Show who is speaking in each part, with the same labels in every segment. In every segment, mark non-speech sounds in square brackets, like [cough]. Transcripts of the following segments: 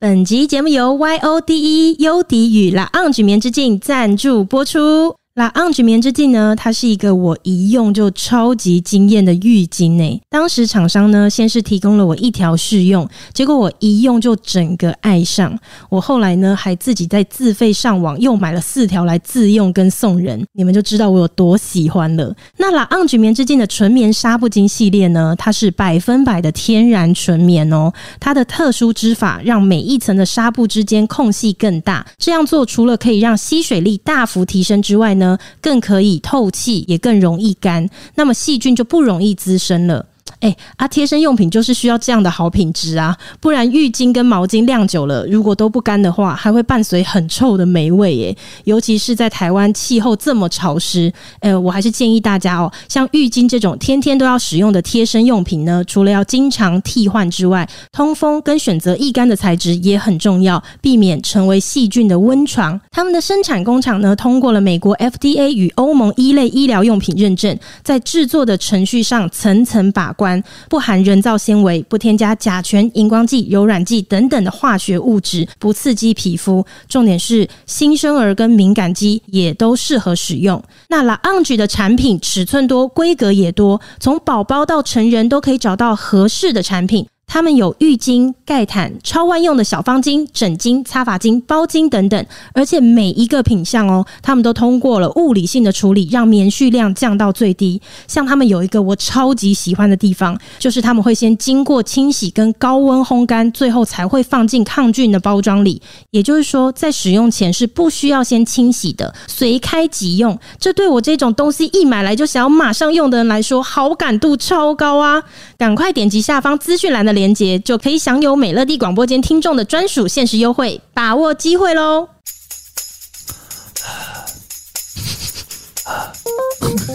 Speaker 1: 本集节目由 YODE 优迪 E 与拉昂举眠之境赞助播出。拉昂举眠之境呢，它是一个我一用就超级惊艳的浴巾诶。当时厂商呢，先是提供了我一条试用，结果我一用就整个爱上。我后来呢，还自己在自费上网又买了四条来自用跟送人，你们就知道我有多喜欢了。那拉昂举眠之境的纯棉纱布巾系列呢，它是百分百的天然纯棉哦，它的特殊织法让每一层的纱布之间空隙更大，这样做除了可以让吸水力大幅提升之外呢，呢，更可以透气，也更容易干，那么细菌就不容易滋生了。哎、啊，贴身用品就是需要这样的好品质啊，不然浴巾跟毛巾晾久了，如果都不干的话，还会伴随很臭的霉味耶。尤其是在台湾气候这么潮湿，呃，我还是建议大家哦，像浴巾这种天天都要使用的贴身用品呢，除了要经常替换之外，通风跟选择易干的材质也很重要，避免成为细菌的温床。他们的生产工厂呢，通过了美国 FDA 与欧盟一类医疗用品认证，在制作的程序上层层把关，不含人造纤维，不添加甲醛、荧光剂、柔软剂等等的化学物质，不刺激皮肤。重点是新生儿跟敏感肌也都适合使用。那 La Ange 的产品尺寸多，规格也多，从宝宝到成人都可以找到合适的产品。他们有浴巾、盖毯、超万用的小方巾、枕巾、擦发巾、包巾等等，而且每一个品项哦，他们都通过了物理性的处理，让棉絮量降到最低。像他们有一个我超级喜欢的地方，就是他们会先经过清洗跟高温烘干，最后才会放进抗菌的包装里。也就是说，在使用前是不需要先清洗的，随开即用。这对我这种东西一买来就想要马上用的人来说，好感度超高啊！赶快点击下方资讯栏的链接，就可以享有美乐蒂广播间听众的专属限时优惠，把握机会喽！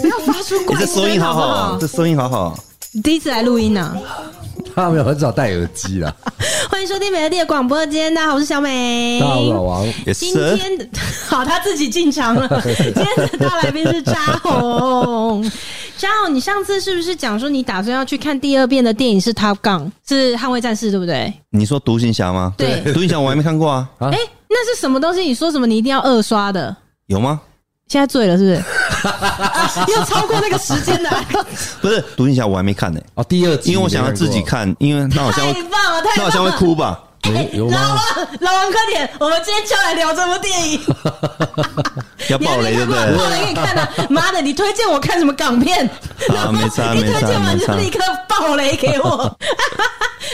Speaker 1: 不要发出啊
Speaker 2: 欸、这收音好好，这收音好好。
Speaker 1: 你第一次来录音呢、
Speaker 3: 他没有很少戴耳机啦。
Speaker 1: 欢迎收听美乐蒂的广播间，大家好，我是小美。
Speaker 3: 大家好，老王。
Speaker 2: 也
Speaker 1: 今
Speaker 2: 是
Speaker 1: 天的好，他自己进场了。
Speaker 2: [laughs]
Speaker 1: 今天的大来宾是扎红，扎红，你上次是不是讲说你打算要去看第二遍的电影是《Top Gun》，是《捍卫战士》，对不对？
Speaker 2: 你说独行侠吗？
Speaker 1: 对
Speaker 2: 独行侠我还没看过啊，
Speaker 3: 啊
Speaker 1: 哎、那是什么东西？你说什么？你一定要二刷的？
Speaker 2: 有吗？
Speaker 1: 现在醉了是不是？
Speaker 2: [laughs]
Speaker 1: 又超过那个时间的，
Speaker 2: 不是独行侠我还没看呢、
Speaker 3: 哦，第二集
Speaker 2: 因为我想要自己看，因为那好像
Speaker 1: 太 [laughs]
Speaker 2: 会，
Speaker 1: 棒了，太棒
Speaker 2: 那好
Speaker 1: 了！
Speaker 2: 像会哭吧。
Speaker 3: 没看过，有有
Speaker 1: 老
Speaker 3: 吗？啊
Speaker 1: 王，老王，快点！我们今天就来聊这部电影。哎
Speaker 2: 要 [laughs] 爆雷对不
Speaker 1: 你还没看过
Speaker 2: 对？
Speaker 1: 爆雷给你看啊！妈的，你推荐我看什么港片？
Speaker 2: [laughs] 啊没差
Speaker 1: 你推荐完
Speaker 2: 没
Speaker 1: 就
Speaker 2: 差
Speaker 1: 立刻爆雷给
Speaker 2: [laughs]
Speaker 1: 我。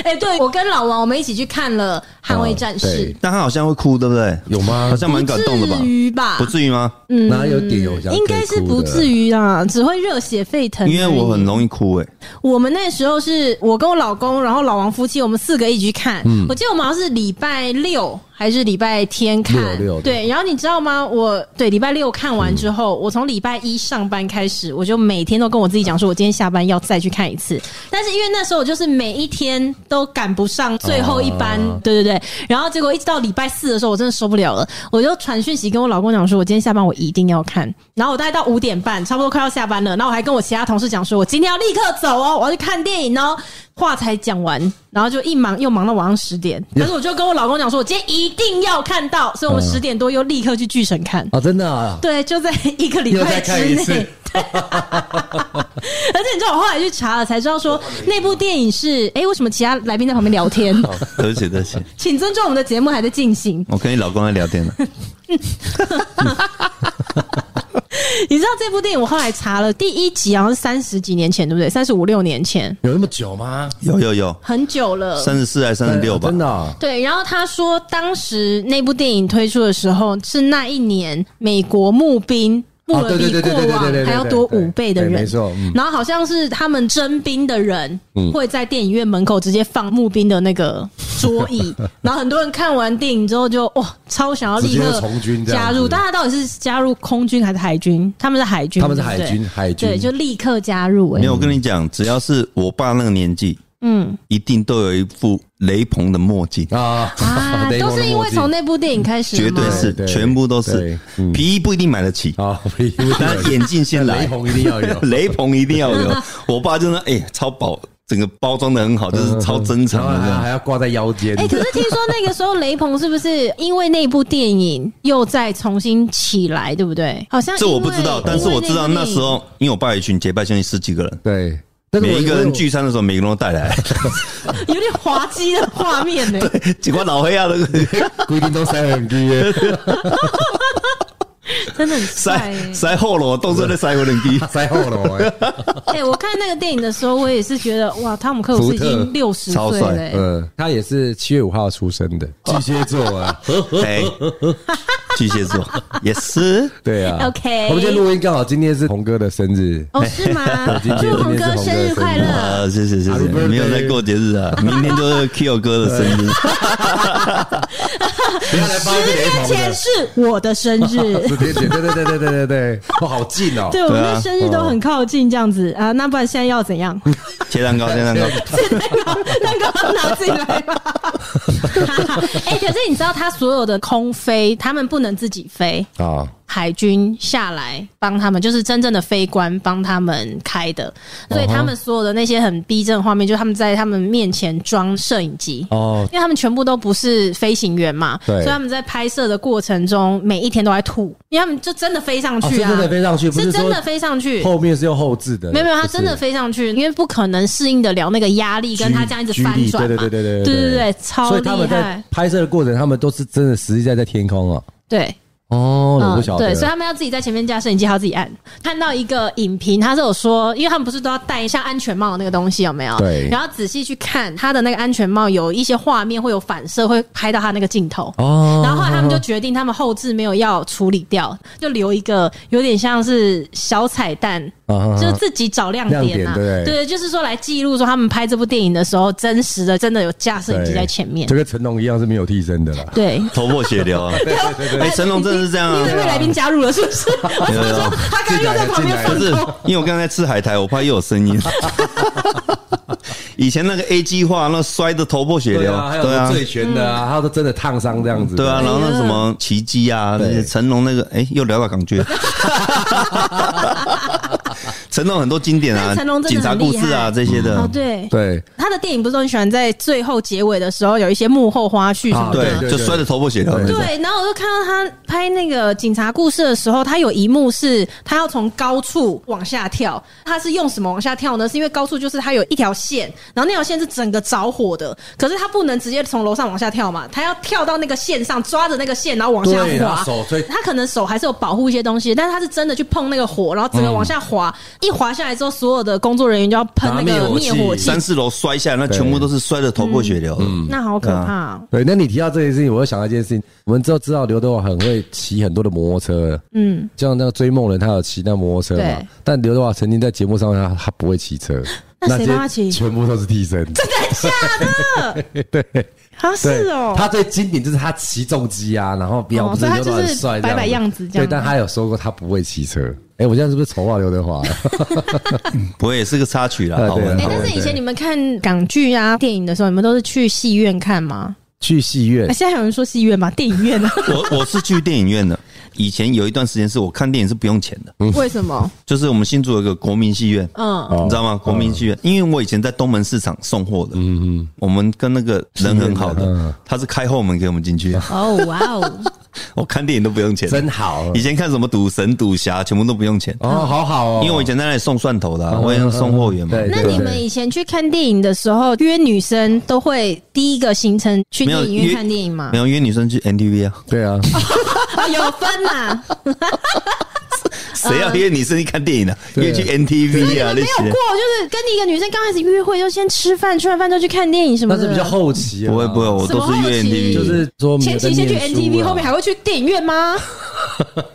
Speaker 1: 哎、对我跟老王我们一起去看了《捍卫战
Speaker 3: 啊
Speaker 1: 士
Speaker 3: 对
Speaker 2: 但他好像会哭对不对？
Speaker 3: 有吗
Speaker 2: 好？像》，哦蛮感动的吧
Speaker 1: 至？于吧
Speaker 2: 不？至于吗？
Speaker 3: 哪有点有像
Speaker 1: 嗯应该是不至
Speaker 3: 于。
Speaker 1: 于啦，只会热血沸腾而已。
Speaker 2: 因为我很容易哭哎、 [laughs]
Speaker 1: 我们那时候是我跟我老公，然后老王夫妻，我们四个一起去看。
Speaker 3: 嗯
Speaker 1: 我记得我们好像是礼拜六还是礼拜天看。
Speaker 3: 六六的嗯
Speaker 1: 对，然后你知道吗？我对礼拜六看完之后，我从礼拜一上班开始，我就每天都跟我自己讲说，我今天下班要再去看一次。但是因为那时候我就是每一天都赶不上最后一班，
Speaker 3: 哦
Speaker 1: 对对对。然后结果一直到礼拜四的时候，我真的受不了了，我就传讯息跟我老公讲说，我今天下班我一定要看。然后我大概到五点半，差不多快要下班了，然后我还跟我其他同事讲说，我今天要立刻走哦，我要去看电影哦。话才讲完，然后就一忙又忙到晚上十
Speaker 3: [laughs]
Speaker 1: 点。但是我就跟我老公讲说，我今天一定要看到，所以我们
Speaker 3: 嗯
Speaker 1: 十点多又立刻去巨城看。
Speaker 3: 啊，真的啊，
Speaker 1: 对，就在一个礼
Speaker 3: 又
Speaker 1: 拜
Speaker 3: 再
Speaker 1: 之
Speaker 3: 看一次
Speaker 1: 内。 [laughs] 对而且你知道，我后来去查了才知道说，那部电影是哎、为什么其他来宾在旁边聊天？
Speaker 3: [laughs]
Speaker 2: 对不起对不起，
Speaker 1: 请尊重我们的节目还在进行。 [laughs]
Speaker 2: 我跟你老公在聊天了。
Speaker 1: 你知道这部电影，我后来查了第一集，好像是三十几年前，对不对？三十五六年前，
Speaker 3: 有那么久吗？
Speaker 2: 有有有，
Speaker 1: 很久了。
Speaker 2: 三十四还是三十六吧
Speaker 3: 真？的啊
Speaker 1: 对，然后他说，当时那部电影推出的时候，是那一年美国募兵。募
Speaker 3: 哦
Speaker 1: 了
Speaker 3: 对
Speaker 1: 比
Speaker 3: 对对
Speaker 1: 过
Speaker 3: 对对对对对
Speaker 1: 往
Speaker 3: 对
Speaker 1: 还要多五倍的人，
Speaker 3: 对没错嗯
Speaker 1: 然后好像是他们征兵的人
Speaker 3: 嗯
Speaker 1: 会在电影院门口直接放募兵的那个桌
Speaker 3: [laughs]
Speaker 1: 椅，然后很多人看完电影之后就哇，超想要立
Speaker 3: 直
Speaker 1: 刻
Speaker 3: 接从军这样
Speaker 1: 加
Speaker 3: 子
Speaker 1: 入。大家到底是加入空军还是海军？他们是海军，
Speaker 3: 他们是
Speaker 1: 对不对
Speaker 3: 海军海军
Speaker 1: 对，就立刻加入、欸。
Speaker 2: 没有，我跟你讲，只要是我爸那个年纪，
Speaker 1: 嗯
Speaker 2: 一定都有一副雷朋的墨镜。
Speaker 1: 啊
Speaker 3: 啊，， [laughs] 雷
Speaker 1: 都
Speaker 3: 蒙的
Speaker 1: 是因为
Speaker 3: 墨镜
Speaker 1: 从那部电影开始的
Speaker 2: 绝
Speaker 1: 吗，
Speaker 2: 对是，
Speaker 3: 对对
Speaker 2: 全部都是
Speaker 3: 对。嗯
Speaker 2: 皮衣不一定买得起，
Speaker 3: 啊，不一定
Speaker 2: [laughs] 但眼镜先来 [laughs]。
Speaker 3: [laughs] 雷，鹏一定要有
Speaker 2: 雷朋一定要有。我爸真的哎，超薄，整个包装的很好，就是超珍藏的这
Speaker 3: 然后还
Speaker 2: 样。
Speaker 3: 还要挂在腰间。
Speaker 4: 哎、可是听说那个时候雷鹏是不是因为那部电影又再重新起来，对不对？好像
Speaker 2: 这我
Speaker 4: 因为
Speaker 2: 不知道，但是我知道那时，候，因为我爸有一群结拜兄弟十几个人，
Speaker 3: 对，那
Speaker 2: 每一个人
Speaker 3: 聚
Speaker 2: 聚餐的时候，每个人都带来， [laughs]
Speaker 1: 有点滑稽的画面呢、
Speaker 2: 结果老黑啊，那个
Speaker 3: 规定都塞很
Speaker 2: [laughs]
Speaker 3: 低耶，
Speaker 1: 真的很帅、
Speaker 2: 塞
Speaker 1: 欸。
Speaker 2: 塞后了，动作在塞我冷机。
Speaker 3: 塞后了耶。
Speaker 1: [laughs] 哎、我看那个电影的时候，我也是觉得哇，汤姆克鲁斯已
Speaker 3: 福
Speaker 1: 经
Speaker 3: 特
Speaker 1: 六十
Speaker 2: 超
Speaker 1: 岁
Speaker 2: 帅
Speaker 1: 了、欸。
Speaker 3: 嗯，他也是七月五号出生
Speaker 2: [laughs]
Speaker 3: 的，巨蟹座啊。
Speaker 2: 哎，巨蟹座也是，
Speaker 3: 对啊
Speaker 1: OK
Speaker 3: 我们今天录音刚好今天是红哥的生日，
Speaker 1: 哦，是
Speaker 2: [laughs]
Speaker 1: 吗？
Speaker 3: 今天
Speaker 1: 祝红哥生日快乐！
Speaker 2: 啊，谢谢谢
Speaker 3: Happy
Speaker 2: 谢，
Speaker 3: birthday
Speaker 2: 没有在过节日啊，明天就是 Kyo 哥的生日，
Speaker 3: 不要来帮
Speaker 1: 十
Speaker 3: 雷
Speaker 1: 年
Speaker 3: 同
Speaker 1: 前
Speaker 3: 的。
Speaker 1: 是我的生
Speaker 2: [laughs]
Speaker 1: 日，
Speaker 2: 啊
Speaker 3: 是天姐，对对对对对对对，哇，好近哦。
Speaker 1: 对我们
Speaker 2: 对
Speaker 1: 的
Speaker 2: 啊
Speaker 1: 生日都很靠近这样子啊。那不然现在要怎样？
Speaker 2: 切蛋糕切蛋糕，
Speaker 1: [laughs] 那个拿进来吧。哎、可是你知道，他所有的空飞，他们不能自己飞，
Speaker 3: 啊，
Speaker 1: 海军下来帮他们，就是真正的飞官帮他们开的，
Speaker 3: 哦
Speaker 1: 所以他们所有的那些很逼真的画面，就是他们在他们面前装摄影机。
Speaker 3: 哦，
Speaker 1: 因为他们全部都不是飞行员嘛，
Speaker 3: 对
Speaker 1: 所以他们在拍摄的过程中，每一天都在吐，因为他们就真的飞上
Speaker 3: 哦
Speaker 1: 去
Speaker 3: 是
Speaker 1: 啊，
Speaker 3: 真的飞上去，不
Speaker 1: 是真
Speaker 3: 说
Speaker 1: 的飞上去，
Speaker 3: 后面是用后置的，
Speaker 1: 没有没有，他
Speaker 3: 就是
Speaker 1: 真的飞上去，因为不可能适应得了那个压力，跟他这样一直翻转嘛。
Speaker 3: 居力对对对对
Speaker 1: 对
Speaker 3: 对
Speaker 1: 对对超
Speaker 3: 所以
Speaker 1: 厉
Speaker 3: 他们在
Speaker 1: 害。
Speaker 3: 拍摄的过程，他们都是真的实际在在天空啊。
Speaker 1: 对，嗯
Speaker 3: 哦，我不晓得。
Speaker 1: 对，所以他们要自己在前面架摄影机，还要自己按。看到一个影评，他是有说，因为他们不是都要戴像安全帽的那个东西，有没有？
Speaker 3: 对
Speaker 1: 然后仔细去看他的那个安全帽，有一些画面会有反射，会拍到他那个镜头。
Speaker 3: 哦，
Speaker 1: 然后后来他们就决定，他们后置没有要处理掉，就留一个有点像是小彩蛋，
Speaker 3: 啊
Speaker 1: 就是自己找亮
Speaker 3: 亮
Speaker 1: 点
Speaker 3: 点
Speaker 1: 啊，
Speaker 3: 对
Speaker 1: 就是说来记录说他们拍这部电影的时候，真实的真的有架摄影机在前面
Speaker 3: 就，跟成龙一样是没有替身的啦。
Speaker 1: 对。
Speaker 2: 头破血
Speaker 1: [laughs]
Speaker 2: 流啊！哎，成龙真的是这样
Speaker 1: 你
Speaker 2: 啊
Speaker 1: 以为。被来宾加入了是不是？我
Speaker 2: 没有
Speaker 1: 想说他刚刚又在旁边
Speaker 2: 不
Speaker 1: 放
Speaker 2: 是
Speaker 1: 空，，
Speaker 2: 因为我刚才吃海苔，我怕又有声
Speaker 1: [laughs]
Speaker 2: 音。以前那个 A 计划，那摔得头破血流，
Speaker 3: 还
Speaker 2: 对
Speaker 3: 有
Speaker 2: 啊，
Speaker 3: 醉拳的啊，他都真的烫伤这样子。
Speaker 2: 对啊，然后那
Speaker 1: 哎呀
Speaker 2: 什么奇迹啊，
Speaker 3: 对
Speaker 2: 那些成龙那个，哎，又聊到
Speaker 1: [laughs]
Speaker 2: 港剧。成龙很多经典啊
Speaker 1: 但成龙，真的
Speaker 2: 警察
Speaker 1: 很
Speaker 2: 故
Speaker 1: 厉害
Speaker 2: 事啊这些的
Speaker 1: 哦，，对。
Speaker 3: 对，
Speaker 1: 他的电影不是都很喜欢在最后结尾的时候有一些幕后花絮什么
Speaker 3: 啊
Speaker 1: 的
Speaker 3: 对
Speaker 1: 吗？
Speaker 2: 对，就摔得头破血流那种。
Speaker 1: 对，然后我就看到他拍那个警察故事的时候，他有一幕是他要从高处往下跳，他是用什么往下跳呢？是因为高处就是他有一条线，然后那条线是整个着火的，可是他不能直接从楼上往下跳嘛，他要跳到那个线上，抓着那个线，然后往下
Speaker 3: 对然
Speaker 1: 滑
Speaker 3: 后手所以。
Speaker 1: 他可能手还是有保护一些东西，但是他是真的去碰那个火，然后整个往下滑，一滑下来之后，所有的工作人员就要喷那
Speaker 3: 拿
Speaker 1: 个
Speaker 3: 灭火器
Speaker 1: 灭火器，
Speaker 2: 三四楼摔下来，那全部都是摔得头破血流。嗯，
Speaker 1: 那好可怕、 [laughs] 哦。
Speaker 3: 对，那你提到这件事情，我又想到一件事情。我们都知道刘德华很会骑很多的摩托车，
Speaker 1: 嗯，
Speaker 3: 就像那个追梦人，他有骑那摩托车嘛
Speaker 1: 对。
Speaker 3: 但刘德华曾经在节目上，他他不会骑车，
Speaker 1: 那谁
Speaker 3: 些
Speaker 1: 帮他骑
Speaker 3: 全部都是替身。
Speaker 1: 啊
Speaker 3: 对
Speaker 1: 是哦，
Speaker 3: 他最经典就是他骑重机啊，然后表
Speaker 1: 哦
Speaker 3: 不是
Speaker 1: 所以他
Speaker 3: 刘德华
Speaker 1: 就
Speaker 3: 很
Speaker 1: 是
Speaker 3: 帅，
Speaker 1: 摆摆样子这样
Speaker 3: 对，但他有说过他不会骑车。哎，我现在是不是丑化刘
Speaker 1: [laughs]
Speaker 3: 德华？
Speaker 2: 不过也是个插曲啦，
Speaker 3: 啊
Speaker 2: 好
Speaker 3: 对啊
Speaker 2: 玩
Speaker 1: 哎、
Speaker 2: 好
Speaker 1: 但
Speaker 2: 玩
Speaker 1: 是。以前你们看港剧啊、电影的时候，你们都是去戏院看吗？
Speaker 3: 去戏院
Speaker 1: 啊、现在还有人说戏院吗？ [laughs] 电影院啊？
Speaker 2: 我我是去电影院的，以前有一段时间是我看电影是不用钱的，
Speaker 3: 嗯
Speaker 1: 为什么？
Speaker 2: 就是我们新竹有一个国民戏院，
Speaker 1: 嗯，
Speaker 2: 你知道吗？国民剧院，因为我以前在东门市场送货的，嗯嗯，我们跟那个人很好
Speaker 3: 是嗯
Speaker 2: 的，他是开后门给我们进去，
Speaker 1: 哦哇哦，
Speaker 2: 我看电影都不用钱。
Speaker 3: 真好啊
Speaker 2: 以前看什么赌神、赌侠，全部都不用钱，
Speaker 3: 哦，好好哦，
Speaker 2: 因为我以前在那里送蒜头的啊，我也是送货员嘛。
Speaker 3: [laughs] 对
Speaker 1: 那
Speaker 3: 对
Speaker 1: 你们以前去看电影的时候，约女生都会第一个行程去
Speaker 2: 没有
Speaker 1: 电影院看电影吗
Speaker 2: 没？有约女生去 NTV 啊，
Speaker 1: [laughs]
Speaker 3: 对啊，
Speaker 1: 啊，有分呐、
Speaker 3: [laughs]
Speaker 2: 谁要约女生去看电影啊？
Speaker 3: 对
Speaker 2: 约去 NTV 啊
Speaker 1: 没有
Speaker 2: 那
Speaker 1: 过，就
Speaker 2: 些。
Speaker 1: 是跟你一个女生刚开始约会，就先吃饭，吃完饭之后去看电影什么
Speaker 3: 那
Speaker 1: 的。
Speaker 3: 是比较后期啊，
Speaker 2: 不会不会，我都是约
Speaker 1: 什么好奇
Speaker 2: NTV，
Speaker 3: 就是说没
Speaker 1: 前
Speaker 3: 有在
Speaker 1: 期先去
Speaker 3: 念书啊
Speaker 1: NTV，后面还会去电影院
Speaker 3: [laughs]
Speaker 1: 吗？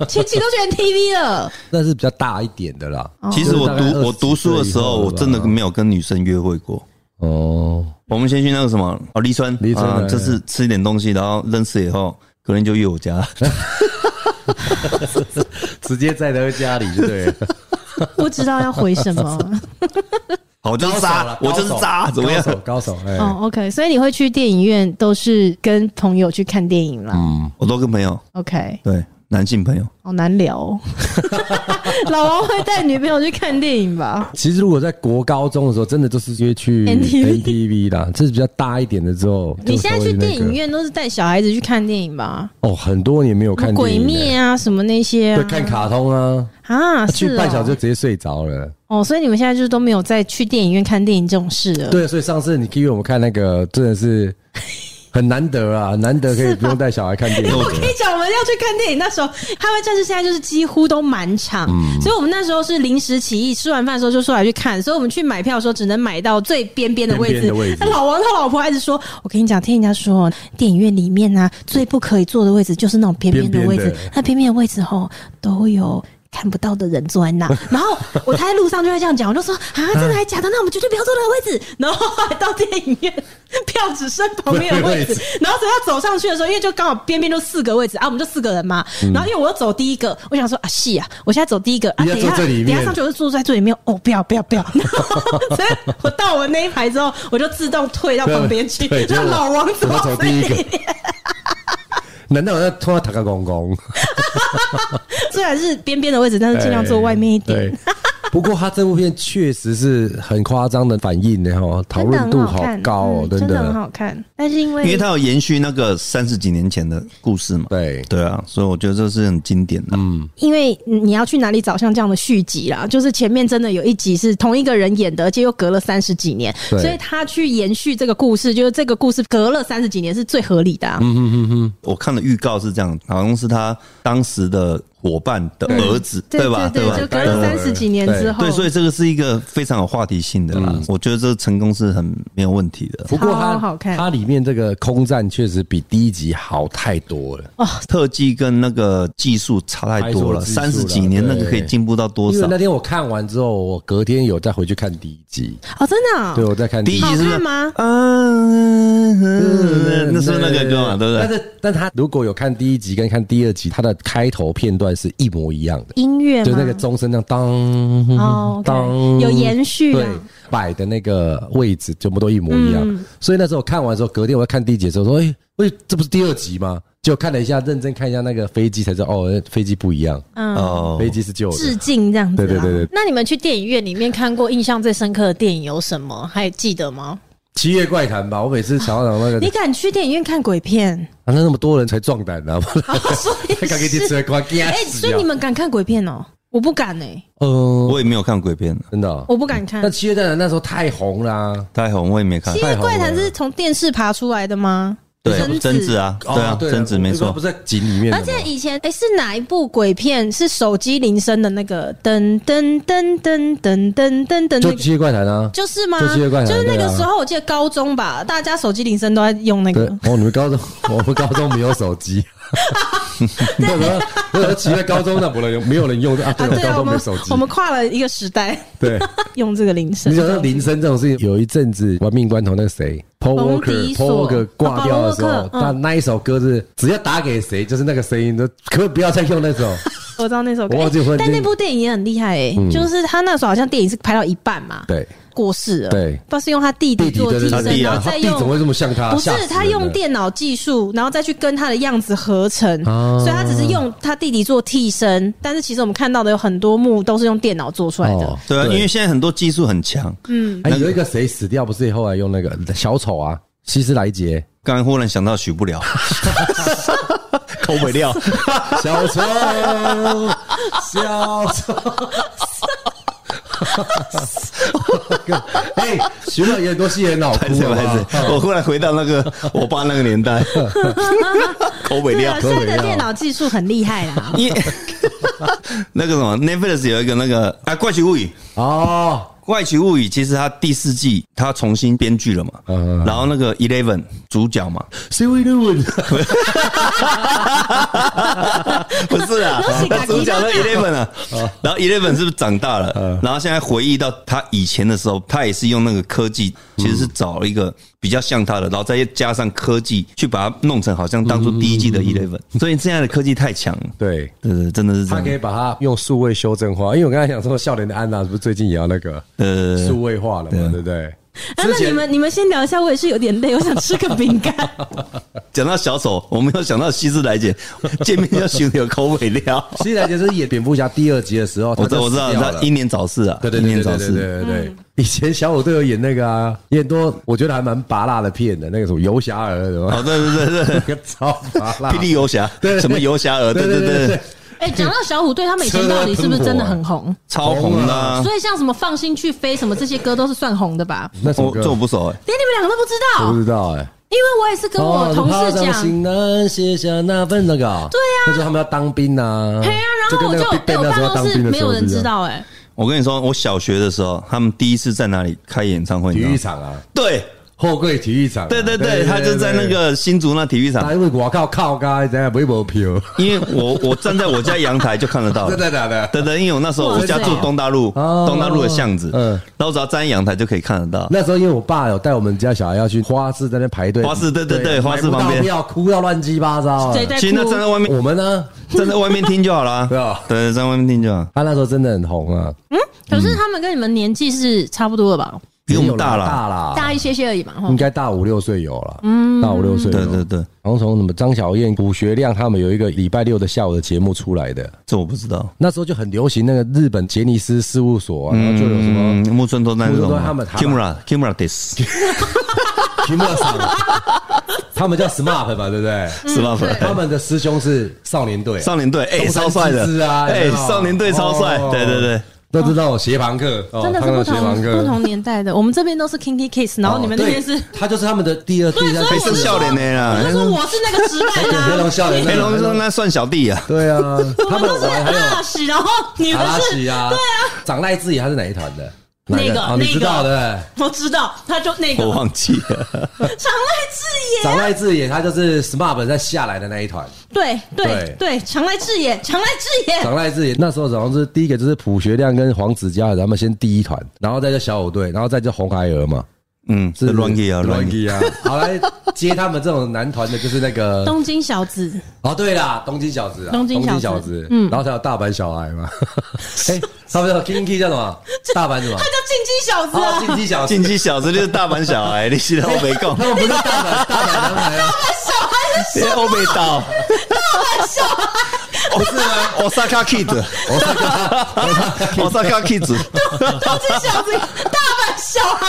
Speaker 1: 前期都去 NTV 了，
Speaker 3: 那是比较大一点的啦。
Speaker 1: 哦
Speaker 2: 其实我
Speaker 3: 就是大概
Speaker 2: 读我读书的时候，
Speaker 3: 20
Speaker 2: 我真的没有跟女生约会过。
Speaker 3: 哦，
Speaker 2: 我们先去那个什么哦，利川，
Speaker 3: 利川
Speaker 2: 啊
Speaker 3: 来
Speaker 2: 就是吃一点东西，然后认识以后，隔天就约我
Speaker 3: [laughs]
Speaker 2: 家。
Speaker 3: 直接在他家里就对了， [laughs]
Speaker 1: 不知道要回什么。
Speaker 2: 好，我就是渣，我就是渣，怎么样？
Speaker 3: 高手，哎，
Speaker 1: 哦，OK，所以你会去电影院都是跟朋友去看电影啦。
Speaker 3: 嗯
Speaker 2: 我都跟朋友
Speaker 1: OK，
Speaker 2: 对，男性朋友？
Speaker 1: 好难聊、
Speaker 3: [laughs]
Speaker 1: 哦。老王会带女朋友去看电影吧？
Speaker 3: 其实如果在国高中的时候，真的都是约去
Speaker 1: NTV
Speaker 3: NTV 啦，这是比较大一点的之后。
Speaker 1: 你现在
Speaker 3: [laughs] 就
Speaker 1: 去
Speaker 3: 稍微那
Speaker 1: 电
Speaker 3: 个
Speaker 1: 影院都是带小孩子去看电影吧？
Speaker 3: 哦，很多年没有看电
Speaker 1: 鬼
Speaker 3: 影了
Speaker 1: 灭啊，什么那些
Speaker 3: 对，
Speaker 1: 啊
Speaker 3: 看卡通啊，
Speaker 1: 啊，是
Speaker 3: 去半小时就
Speaker 1: 哦
Speaker 3: 直接睡着了。
Speaker 1: 哦，所以你们现在就是都没有再去电影院看电影这种事了。
Speaker 3: 对，所以上次你 Q 我们看那个，真的是很难得啊，难得可以不用带小孩看电影
Speaker 2: 我
Speaker 3: 的。
Speaker 1: 跟你 [laughs] 讲，我们要去看电影那时候，捍卫战士现在就是几乎都满场，
Speaker 3: 嗯
Speaker 1: 所以我们那时候是临时起意，吃完饭的时候就说来去看，所以我们去买票的时候只能买到最边边的位
Speaker 3: 边边
Speaker 1: 置。
Speaker 3: 的位置
Speaker 1: 那老王他老婆还一直说：“我跟你讲，听人家说哦，电影院里面呢、最不可以坐的位置就是那种边边的位置，
Speaker 3: 边边的
Speaker 1: 那边边的位置吼都有。”看不到的人坐在
Speaker 3: [laughs]
Speaker 1: 那，然后我他在路上就会这样讲，我就说啊，
Speaker 3: 嗯
Speaker 1: 真的还假的？那我们绝对不要坐那个位置。然后后来到电影院，票只剩旁边的位置，然后等到走上去的时候，因为就刚好边边就四个位置啊，我们就四个人嘛。然后因为我要走第一个，我想说啊，戏啊，我现在走第一个啊，
Speaker 3: 嗯你要
Speaker 1: 等一下
Speaker 3: 坐最里面
Speaker 1: 等一下上去我就坐在最里面。哦，不要不要不 [laughs] 要！然后所以我到我那一排之后，我就自动退到旁边去
Speaker 3: 对，对
Speaker 1: 让老王走
Speaker 3: 我走
Speaker 1: 最
Speaker 3: 第一个
Speaker 1: 里面。
Speaker 3: [laughs] 难道我在拖塔克公公？
Speaker 1: 虽然是边边的位置，但是尽量坐外面一点。
Speaker 3: 哎对。不过他这部片确实是很夸张的反应呢，
Speaker 1: [laughs]
Speaker 3: 哈，讨
Speaker 1: 真的
Speaker 3: 论
Speaker 1: 很
Speaker 3: 度
Speaker 1: 好
Speaker 3: 好
Speaker 1: 看
Speaker 3: 高哦，
Speaker 1: 嗯真的很
Speaker 3: 的。
Speaker 1: 好看。但是因为
Speaker 2: 因为它有延续那个三十几年前的故事嘛。
Speaker 3: 对，
Speaker 2: 对啊，所以我觉得这是很经典的。嗯，
Speaker 1: 因为你要去哪里找像这样的续集啦？就是前面真的有一集是同一个人演的，而且又隔了三十几年，
Speaker 3: 对
Speaker 1: 所以他去延续这个故事，就是这个故事隔了三十几年是最合理的、啊。
Speaker 2: 我看的预告是这样，好像是他当时的伙伴的儿子，
Speaker 1: 对
Speaker 2: 吧？
Speaker 1: 对
Speaker 2: 吧？
Speaker 1: 就隔了三十几年之后，
Speaker 2: 对，所以这个是一个非常有话题性的啦。我觉得这个成功是很没有问题的。
Speaker 3: 不过它
Speaker 1: 超好看
Speaker 3: 它里面这个空战确实比第一集好太多了，
Speaker 2: 特技跟那个技术差太多了，
Speaker 3: 拍摄技术
Speaker 2: 三
Speaker 3: 啦
Speaker 2: 十几年那个可以进步到
Speaker 1: 哦
Speaker 2: 多
Speaker 3: 因为
Speaker 2: 少
Speaker 3: 那？天我看完之后，我隔天有再回去看第一集，
Speaker 1: 哦，真的啊、
Speaker 3: 对我再看
Speaker 2: 第一集
Speaker 3: 集。
Speaker 2: 是
Speaker 1: 好
Speaker 2: 不
Speaker 1: 看
Speaker 2: 是
Speaker 1: 吗
Speaker 2: 啊，嗯那是不是那个歌嘛，对不
Speaker 3: 但
Speaker 2: 对？
Speaker 3: 是，但他如果有看第一集跟看第二集，它的开头片段是一模一样的，
Speaker 1: 音乐
Speaker 3: 就
Speaker 1: 哎吗
Speaker 3: 那个钟声那样
Speaker 1: 哦
Speaker 3: 当
Speaker 1: ，OK
Speaker 3: 当，
Speaker 1: 有延续啊嗯
Speaker 3: 对，摆的那个位置全部都一模一样。所以那时候我看完之后，隔天我在看第一集的时候说：“哎，喂，这不是第二集吗？”就看了一下，认真看一下那个飞机，才知道哦，飞机不一样，
Speaker 1: 嗯。
Speaker 2: 哦
Speaker 3: 飞，机是旧
Speaker 1: 致
Speaker 3: 的。
Speaker 1: 敬这样子啦。啊
Speaker 3: 对对对对
Speaker 5: 那你们去电影院里面看过印象最深刻的电影有什么？还记得吗？
Speaker 3: 七月怪谈吧，我每次想到那个
Speaker 1: [laughs] 你，敢去电影院看鬼片？
Speaker 3: 反正那么多人才壮胆
Speaker 1: [laughs]
Speaker 3: 啊，才敢给你吃光，
Speaker 1: 哎、所以你们敢看鬼片哦？我不敢哎、
Speaker 3: 嗯，
Speaker 2: 我也没有看鬼片，
Speaker 3: 真的哦。
Speaker 1: 我不敢看
Speaker 3: 那。七月怪谈那时候太红啦，
Speaker 2: 太红我也没看
Speaker 1: 七。
Speaker 3: 太
Speaker 1: 夜
Speaker 3: 红了
Speaker 1: 怪谈是从电视爬出来的吗？贞
Speaker 2: 对，
Speaker 1: 子
Speaker 2: 贞子啊，对啊，
Speaker 3: 哦了
Speaker 2: 贞子
Speaker 3: 我
Speaker 2: 没
Speaker 3: 我
Speaker 2: 错
Speaker 3: 不。是在井里面的
Speaker 1: 而
Speaker 3: 吗，
Speaker 1: 且以前哎、诶是哪一部鬼片？是手机铃声的那个噔噔噔噔噔噔噔噔那
Speaker 3: 就
Speaker 1: 个，
Speaker 3: 七月怪谈啊。
Speaker 1: 就是吗？
Speaker 3: 就七月怪谈
Speaker 1: 就是那个
Speaker 3: 对啊
Speaker 1: 时候，我记得高中吧，大家手机铃声都在用那
Speaker 3: 对
Speaker 1: 个。，
Speaker 3: 哦，你们
Speaker 1: [laughs]
Speaker 3: 高中，我们高中没有手机。
Speaker 1: [laughs]
Speaker 3: 那时候，那时候奇怪，高中那不能用，没有人用啊。对，
Speaker 1: 啊，
Speaker 3: 我
Speaker 1: 对
Speaker 3: 高
Speaker 1: 啊，我
Speaker 3: 中没
Speaker 1: 们
Speaker 3: 有手机
Speaker 1: 我。们跨了一个时代， [laughs]
Speaker 3: 对，
Speaker 1: 用这个铃声
Speaker 3: 你。想到铃声这种事情，有一阵子玩命关头，那个谁，Paul
Speaker 1: 冯迪
Speaker 3: Walker，Paul
Speaker 1: 索
Speaker 3: Walker 挂掉的时
Speaker 1: 啊
Speaker 3: 候，
Speaker 1: ，Paul Walker，嗯
Speaker 3: 他那一首歌是只要打给谁，就是那个声音，都可不可以不要再用
Speaker 1: [laughs]
Speaker 3: 那首。
Speaker 1: 我知道那首歌，
Speaker 3: 我忘记
Speaker 1: 诶
Speaker 3: 忽然
Speaker 1: 但
Speaker 3: 间
Speaker 1: 那部电影也很厉害诶、
Speaker 3: 嗯
Speaker 1: 就是他那时候好像电影是拍到一半嘛，
Speaker 3: 对，
Speaker 1: 过世了，
Speaker 3: 对
Speaker 1: 不知道是用他弟
Speaker 3: 弟
Speaker 1: 弟
Speaker 3: 弟
Speaker 1: 做
Speaker 3: 对
Speaker 1: 替
Speaker 3: 对，他
Speaker 1: 身，
Speaker 3: 弟
Speaker 1: 然
Speaker 3: 啊，
Speaker 1: 后
Speaker 3: 他
Speaker 1: 再
Speaker 3: 弟怎么
Speaker 1: 用
Speaker 3: 会这么像他？
Speaker 1: 不
Speaker 3: 吓死
Speaker 1: 是，
Speaker 3: 人
Speaker 1: 他用
Speaker 3: 了
Speaker 1: 电脑技术，然后再去跟他的样子合成，
Speaker 3: 啊
Speaker 1: 所以他只是用他弟弟做替身。但是其实我们看到的有很多幕都是用电脑做出来的。
Speaker 3: 哦
Speaker 2: 对啊，因为现在很多技术很强。
Speaker 1: 嗯，
Speaker 3: 哎，有一个谁死掉，不是也后来用那个小丑啊，希斯莱杰，
Speaker 2: 刚才忽然想到许不了， [laughs] 口北料。
Speaker 3: 小丑，小 [laughs] 丑。哎，徐乐也很多戏很好
Speaker 2: 拍
Speaker 3: 哭，
Speaker 2: 谁
Speaker 3: 好不
Speaker 2: 拍
Speaker 3: 好
Speaker 2: 谁？ [laughs] 我忽然回到那
Speaker 3: [laughs]
Speaker 2: 个我爸那个年代， [laughs] 口北
Speaker 1: 对
Speaker 2: 料。
Speaker 1: 啊，。
Speaker 3: 可
Speaker 1: 现
Speaker 3: 以
Speaker 1: 在
Speaker 3: 啊
Speaker 1: 的电脑技术很厉害啦
Speaker 3: [laughs]
Speaker 2: 因为那个什么 Netflix 有一个那个啊《怪奇物语》，《
Speaker 3: 哦，
Speaker 2: 怪奇物语》其实它第四季它重新编剧了嘛，
Speaker 3: 嗯
Speaker 2: 然后那个 Eleven 主角嘛，
Speaker 3: 谁会问？
Speaker 2: [laughs] 不是啊，那主角那 Eleven 啊，然后 Eleven 是不是长大了？
Speaker 3: 啊
Speaker 2: 然后现在回忆到他以前的时候，他也是用那个科技，其实是找了一个比较像他的，然后再加上科技去把它弄成好像当初第一季
Speaker 3: 嗯
Speaker 2: 的 Eleven。所以现在的科技太强了，
Speaker 3: 对。
Speaker 2: 对对，真的是这
Speaker 3: 他可以
Speaker 2: 样。
Speaker 3: 把它用数位修正化，因为我刚才想说，笑脸的安娜是不是最近也要那个
Speaker 2: 呃，
Speaker 3: [laughs] 数位化了嘛，对不对？
Speaker 6: 啊，那
Speaker 2: 之
Speaker 6: 你
Speaker 2: 前
Speaker 6: 们你们先聊一下，我也是有点累，我想吃个饼
Speaker 3: [laughs]
Speaker 6: 干。
Speaker 2: 讲到小丑，我没有想到希斯莱姐见面要寻有口尾料。
Speaker 3: 西来杰是演蝙蝠侠第二集的时候，
Speaker 2: 我知道，
Speaker 3: [laughs] 他就
Speaker 2: 我知道，
Speaker 3: 死掉了
Speaker 2: 他英年早逝啊，
Speaker 3: 对对
Speaker 2: 英
Speaker 3: 对
Speaker 2: 年
Speaker 3: 对
Speaker 2: 早
Speaker 3: 对对
Speaker 2: 逝。
Speaker 3: 对对。以前小虎队有演那个啊，演很多我觉得还蛮拔辣的片的，那个什么游侠儿什么，
Speaker 2: 哦，对对对对，
Speaker 3: [laughs] 超拔辣，
Speaker 2: [laughs] 霹雳游侠，
Speaker 3: 对对
Speaker 2: 什么游侠儿，对对对对，
Speaker 1: 哎、讲到小虎队，他们以前
Speaker 3: 车
Speaker 1: 到底是不是
Speaker 3: 喷火
Speaker 1: 真的很红？
Speaker 2: 超红的啊，
Speaker 1: [laughs] 所以像什么放心去飞什么这些歌都是算红的吧？
Speaker 3: 那首
Speaker 2: 我
Speaker 3: 歌
Speaker 2: 这我不熟哎，
Speaker 1: 连你们两个都不知
Speaker 3: 我
Speaker 1: 道
Speaker 3: 不，知道哎。
Speaker 1: 因为我也是跟我同事
Speaker 3: 哦
Speaker 1: 讲，啊
Speaker 3: 行囊卸下那份那个，对呀，那时候他们要当兵呐，
Speaker 1: 对啊，然后我
Speaker 3: 嗯跟那
Speaker 1: 就
Speaker 3: 个 Big
Speaker 1: 对
Speaker 3: Bang
Speaker 1: 我
Speaker 3: 那时候
Speaker 1: 办
Speaker 3: 当
Speaker 1: 公室
Speaker 3: 兵的
Speaker 1: 没
Speaker 3: 时候
Speaker 1: 有人知
Speaker 3: 是这样，
Speaker 1: 道、哎，
Speaker 2: 我跟你说，我小学的时候，他们第一次在哪里开演唱会？
Speaker 3: 体
Speaker 2: 你知道
Speaker 3: 育
Speaker 2: 吗？
Speaker 3: 场啊，
Speaker 2: 对
Speaker 3: 货柜体育场啊，
Speaker 2: 对对对，他就在那。个新竹那体育场
Speaker 3: 啊，，因为我靠靠街，等下没无票，
Speaker 2: 因为我我站在我家阳台就看得到了
Speaker 3: [laughs] 真。的假的？
Speaker 2: 对对，因为我那时候我家住东大路，
Speaker 3: 哦
Speaker 2: 东大路的巷子，
Speaker 3: 嗯
Speaker 2: 然后我只要站在阳台就可以看得到。
Speaker 3: 那时候因为我爸有带我们家小孩要去花市在那边排队，
Speaker 2: 花市对对对花市
Speaker 3: 买不到
Speaker 2: 旁边
Speaker 3: 票哭到乱七八糟啊。
Speaker 6: 谁在
Speaker 2: 其实那
Speaker 6: 哭
Speaker 2: 站在外面，
Speaker 3: 我们呢？
Speaker 2: 站在外面听就好了。
Speaker 3: [laughs] 对啊
Speaker 2: 对，站在外面听就好，
Speaker 3: 他那时候真的很红啊，
Speaker 1: 可是他们跟你们年纪是差不多的吧？
Speaker 2: 比我们大
Speaker 3: 了，
Speaker 2: 啦。
Speaker 3: 大啦，
Speaker 1: 大一嗯些些而已嘛，吼
Speaker 3: 啊应该大五六岁有了，大五六岁。
Speaker 2: 对对。对，
Speaker 3: 然后从什么张小燕、古学亮他们有一个礼拜六的下午的节目出来的，
Speaker 2: 这我不知道。
Speaker 3: 那时候就很流行那个日本杰尼斯事务所啊，然后就有什么
Speaker 2: 嗯，木村拓哉那
Speaker 3: 木
Speaker 2: 种
Speaker 3: 村拓哉他们他们
Speaker 2: Kimura Kimura
Speaker 3: [laughs]
Speaker 2: this
Speaker 3: 题目上，他们叫 SMAP 吧，对不对？
Speaker 2: 是吧？
Speaker 3: 他们的师兄是少年队啊，
Speaker 2: 少年队哎，
Speaker 3: 东山
Speaker 2: 超帅
Speaker 3: 纪之
Speaker 2: 的
Speaker 3: 啊有
Speaker 2: 哎
Speaker 3: 没，有
Speaker 2: 少年队超帅
Speaker 3: 哦，
Speaker 2: 对对对。
Speaker 3: 都知道斜旁客，哦
Speaker 1: 真的是
Speaker 3: 他们
Speaker 1: 不
Speaker 3: 叫斜旁
Speaker 1: 同
Speaker 3: 客
Speaker 1: 不同年代的。我们这边都是 Kinky Kiss，然后你们那边是
Speaker 3: 哦对他就是他们的第二、第三
Speaker 1: 所以
Speaker 2: 黑
Speaker 1: 我
Speaker 2: 色
Speaker 1: 是
Speaker 2: 笑脸的
Speaker 1: 我就
Speaker 2: 啦，
Speaker 1: 说我是那个时代的
Speaker 3: 黑
Speaker 1: 啊，
Speaker 3: 龙笑脸 [laughs] 那
Speaker 2: 黑龙
Speaker 3: 种
Speaker 2: 江。那算小弟啊，
Speaker 3: 对
Speaker 1: [laughs]
Speaker 3: 啊，他们玩还有
Speaker 1: 大喜，然后你
Speaker 3: 阿
Speaker 1: 们
Speaker 3: 拉
Speaker 1: 是
Speaker 3: 西啊，对啊，长赖自己他是哪一团的？
Speaker 1: 那个
Speaker 3: 哪一哦
Speaker 1: 那个
Speaker 3: 你知道的。
Speaker 1: 我知道，他就那个
Speaker 2: 我忘记 [laughs] 了。
Speaker 1: 长濑智也，
Speaker 3: 长赖自己他就是 SMAP 在下来的那一团。
Speaker 1: 对
Speaker 3: 对
Speaker 1: 对对，长濑智也，长濑智也，
Speaker 3: 长赖自己那时候好像是第一个就是朴学亮跟黄子佼，他们先第一团，然后再叫小虎队，然后再叫红孩儿嘛，
Speaker 2: 嗯，是 Ranky 啊 Ranky。
Speaker 3: Ranky 啊。好来接他们这种男团的，就是那个
Speaker 1: 东京小子，
Speaker 3: 哦，对啦，东京小子啊，
Speaker 1: 东京小子
Speaker 3: 小子，嗯，然后才有大阪小孩嘛。 [laughs] 哎，他们叫 Kinky 叫什么？大阪
Speaker 1: [laughs]
Speaker 3: 什么？
Speaker 1: 叫进击小子
Speaker 3: 哦，
Speaker 1: 啊，
Speaker 3: 进击小子
Speaker 2: 进。击小子就是大阪小孩， [laughs] 你是欧美共
Speaker 3: 他，们不是大阪大阪男孩
Speaker 1: [laughs]
Speaker 3: 啊，
Speaker 2: 你欧美岛，大阪小孩，不是吗？Osaka [laughs] Kids，Osaka Kids，
Speaker 1: 东京小子，
Speaker 3: [laughs]
Speaker 1: 大阪小孩，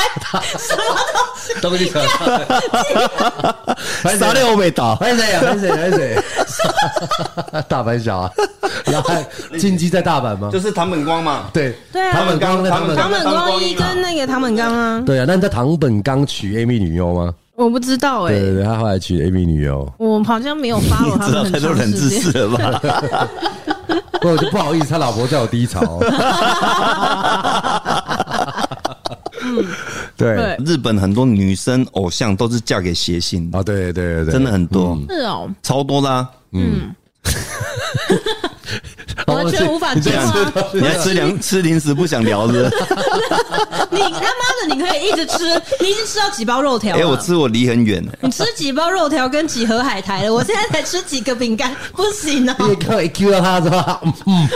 Speaker 1: 什么东西？
Speaker 3: 东京小子。
Speaker 2: 啥的欧美岛，
Speaker 3: 拍谁啊？拍谁？拍谁？
Speaker 1: [laughs]
Speaker 3: 大阪小啊，然后还进击在大阪吗？
Speaker 2: 就是唐本光嘛。
Speaker 3: 对，
Speaker 6: 对啊
Speaker 3: 他们刚
Speaker 2: 他
Speaker 3: 他
Speaker 2: 们
Speaker 3: 们
Speaker 2: 刚
Speaker 6: 唐本光一跟那个唐本刚啊，
Speaker 3: 对啊，那你知道唐本刚娶 Amy 女优吗？
Speaker 6: 我不知道哎、
Speaker 3: 对对对，他后来娶 Amy 女优，
Speaker 1: 欸我好像没有发
Speaker 2: [laughs]
Speaker 1: 过他
Speaker 2: 知道
Speaker 1: 们
Speaker 2: 太
Speaker 1: 很
Speaker 2: 多
Speaker 1: 长
Speaker 2: 冷
Speaker 1: 时
Speaker 2: 知
Speaker 1: 间。
Speaker 2: 识了 [laughs] 吧？
Speaker 3: 不过我就不好意思，他老婆叫我低
Speaker 1: [laughs]
Speaker 3: 潮。对
Speaker 1: 对，
Speaker 2: 日本很多女生偶像都是嫁给谐星的，
Speaker 3: 啊，对对对对，
Speaker 2: 真的很多，
Speaker 1: 是哦，
Speaker 2: 超多啊啦。
Speaker 1: 完全无法接受啊！
Speaker 2: 你还吃两吃零食不想聊是不是？
Speaker 1: 你他妈的，你可以一直吃，你已经吃到几包肉条
Speaker 2: 哎，我
Speaker 1: 了。
Speaker 2: 吃我离很远欸，
Speaker 1: 你吃几包肉条跟几盒海苔了？我现在才吃几个饼干，不行哦！
Speaker 3: [laughs] 你可以 Q 到他是吧？嗯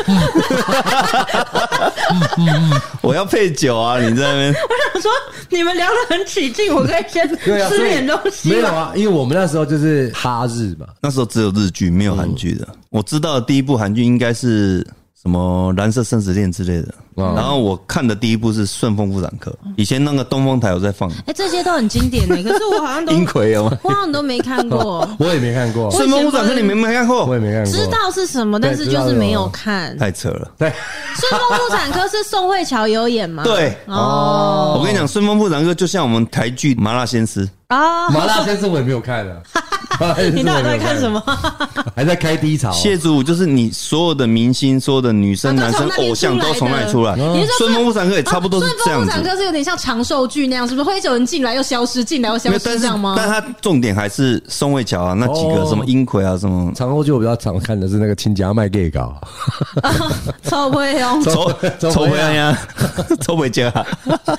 Speaker 2: 我要配酒啊！你在那边。
Speaker 1: 我说你们聊得很起劲，我可以先
Speaker 3: 对啊，
Speaker 1: 吃点东
Speaker 3: 所以没
Speaker 1: 西
Speaker 3: 有
Speaker 1: 吗？
Speaker 3: 啊，因为我们那时候就是哈日嘛，
Speaker 2: 那时候只有日剧，没有韩剧的。我知道的第一部韩剧应该是什么《蓝色生死恋》之类的。然后我看的第一部是《顺风妇产科》，以前那个东风台有在放，
Speaker 1: 哎，这些都很经典的，可是我好像都
Speaker 2: 英奎有吗？
Speaker 1: 我好像都没看过。
Speaker 3: [laughs] 我也没看过，
Speaker 2: [laughs] 顺风妇产科》你们没看
Speaker 3: 我
Speaker 2: 过
Speaker 3: 也？没看过，
Speaker 1: 知道是什么，但是就是没有
Speaker 2: [laughs]
Speaker 1: 看。
Speaker 2: 太扯了！
Speaker 3: 对
Speaker 1: 顺风妇产科是宋慧乔有演吗？
Speaker 2: 对，
Speaker 1: 哦
Speaker 2: 我跟你讲，《顺风妇产科》就像我们台剧《麻辣鲜师》，
Speaker 1: 啊，
Speaker 3: 麻辣先生我也没有看啊。
Speaker 1: [laughs] 你
Speaker 3: 你
Speaker 1: 到底在看什？么？
Speaker 3: 还在开低潮。啊
Speaker 2: 谢祖武就是你所有的明星、所有的女生、
Speaker 1: 啊
Speaker 2: 男
Speaker 1: 都从
Speaker 2: 生
Speaker 1: 那里
Speaker 2: 偶像都从那里出来。
Speaker 1: 你是说
Speaker 2: 顺风妇产科》也哎差不多是这
Speaker 1: 顺
Speaker 2: 样
Speaker 1: 风妇产
Speaker 2: 子，
Speaker 1: 科是有点像长寿剧那样，是不是？会有人进来又消失，进来又消
Speaker 2: 因为
Speaker 1: 失
Speaker 2: 但
Speaker 1: 这
Speaker 2: 是
Speaker 1: 样吗？
Speaker 2: 但它重点还是宋慧乔啊，那几个
Speaker 3: 哦
Speaker 2: 什么英奎啊，什么
Speaker 3: 长后剧我比较常看的是那个《亲家卖 gay 搞
Speaker 1: 超会
Speaker 2: [laughs]
Speaker 1: 哦，
Speaker 2: 抽
Speaker 3: 抽
Speaker 2: 抽
Speaker 3: 回
Speaker 2: 回来 [laughs] 呀，抽回家。啊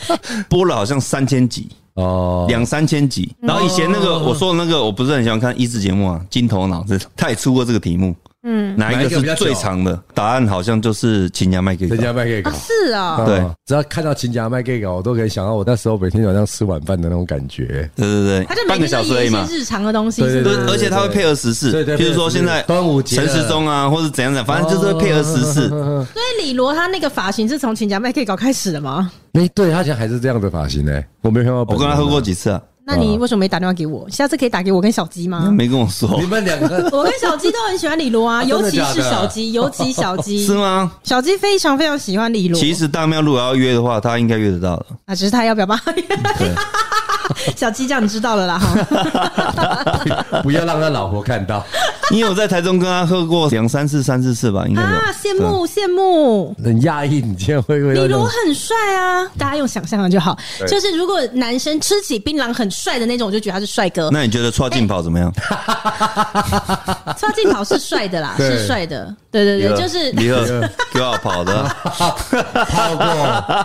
Speaker 2: [laughs] 播了好像三千集，》
Speaker 3: 哦，
Speaker 2: 两三千集。哦然后以前那个我说的那个，我不是很喜欢看益智节目啊，金头脑这它也出过这个题目。嗯，哪一个是最长的？答案好像就是秦家麦给
Speaker 3: 人家卖给搞
Speaker 1: 啊，。是啊、
Speaker 2: 对
Speaker 3: 啊，只要看到秦家卖给搞，我都可以想到我那时候每天晚上吃晚饭的那种感觉。
Speaker 2: 对对
Speaker 1: 他就
Speaker 2: 对，
Speaker 1: 每
Speaker 2: 半个
Speaker 1: 天
Speaker 2: 小
Speaker 1: 都
Speaker 2: 时
Speaker 1: 演
Speaker 2: 而
Speaker 1: 一
Speaker 2: 已
Speaker 1: 些
Speaker 2: 嘛。
Speaker 1: 日常的东西，
Speaker 3: 对
Speaker 1: 是
Speaker 3: 对
Speaker 1: 吗？
Speaker 2: 对，而且他会配合时事
Speaker 3: 对对，
Speaker 2: 比如
Speaker 3: 配合
Speaker 2: 说
Speaker 3: 时事
Speaker 2: 现在
Speaker 3: 端午节
Speaker 2: 陈时中啊，或哦者怎样怎样，反正就是会配合时事。
Speaker 3: 事。
Speaker 1: 所以李罗他那个发型是从秦家麦可以搞开始的吗？
Speaker 3: 哎，对他现在还是这样的发型呢，我没有看到。
Speaker 2: 我跟他喝过，几次啊，嗯
Speaker 1: 那你为什么没打电话给我？下次可以打给我跟小鸡吗？
Speaker 2: 没跟我说
Speaker 3: 你，们两个
Speaker 1: 我跟小鸡都很喜欢李罗
Speaker 2: [laughs]
Speaker 1: 啊，
Speaker 3: 啊
Speaker 1: 尤其
Speaker 3: 真的假
Speaker 1: 是
Speaker 3: 的
Speaker 1: 小鸡，尤其小鸡
Speaker 2: 是，吗？
Speaker 1: 小鸡非常非常喜欢李罗。
Speaker 2: 其实大喵如果要约的话，他应该约得到
Speaker 1: [laughs]
Speaker 2: 的。
Speaker 1: 啊，只是他要不要帮他约 [laughs] 小鸡这样你知道了啦哈。
Speaker 3: 不要让他老婆看到。
Speaker 2: 你有在台中跟他喝过两三次、三四次吧？应该有
Speaker 1: 啊，羡慕羡慕。
Speaker 3: 很讶异， [laughs] 你竟然会会
Speaker 1: 李
Speaker 3: 那种
Speaker 1: 罗很帅啊，大家用想象的就好。
Speaker 3: 对
Speaker 1: 就是如果男生吃起槟榔很帅的那种，我就觉得他是帅哥
Speaker 2: 对。那你觉得蔡进跑怎么样？
Speaker 1: 哎刷镜头是帅
Speaker 2: [laughs]
Speaker 1: 的啦，
Speaker 3: 对
Speaker 1: 是帅的。对对
Speaker 3: 李
Speaker 1: 对，
Speaker 3: 罗
Speaker 1: 就是
Speaker 2: 李贺给我跑的，啊
Speaker 1: [laughs]
Speaker 3: 跑过，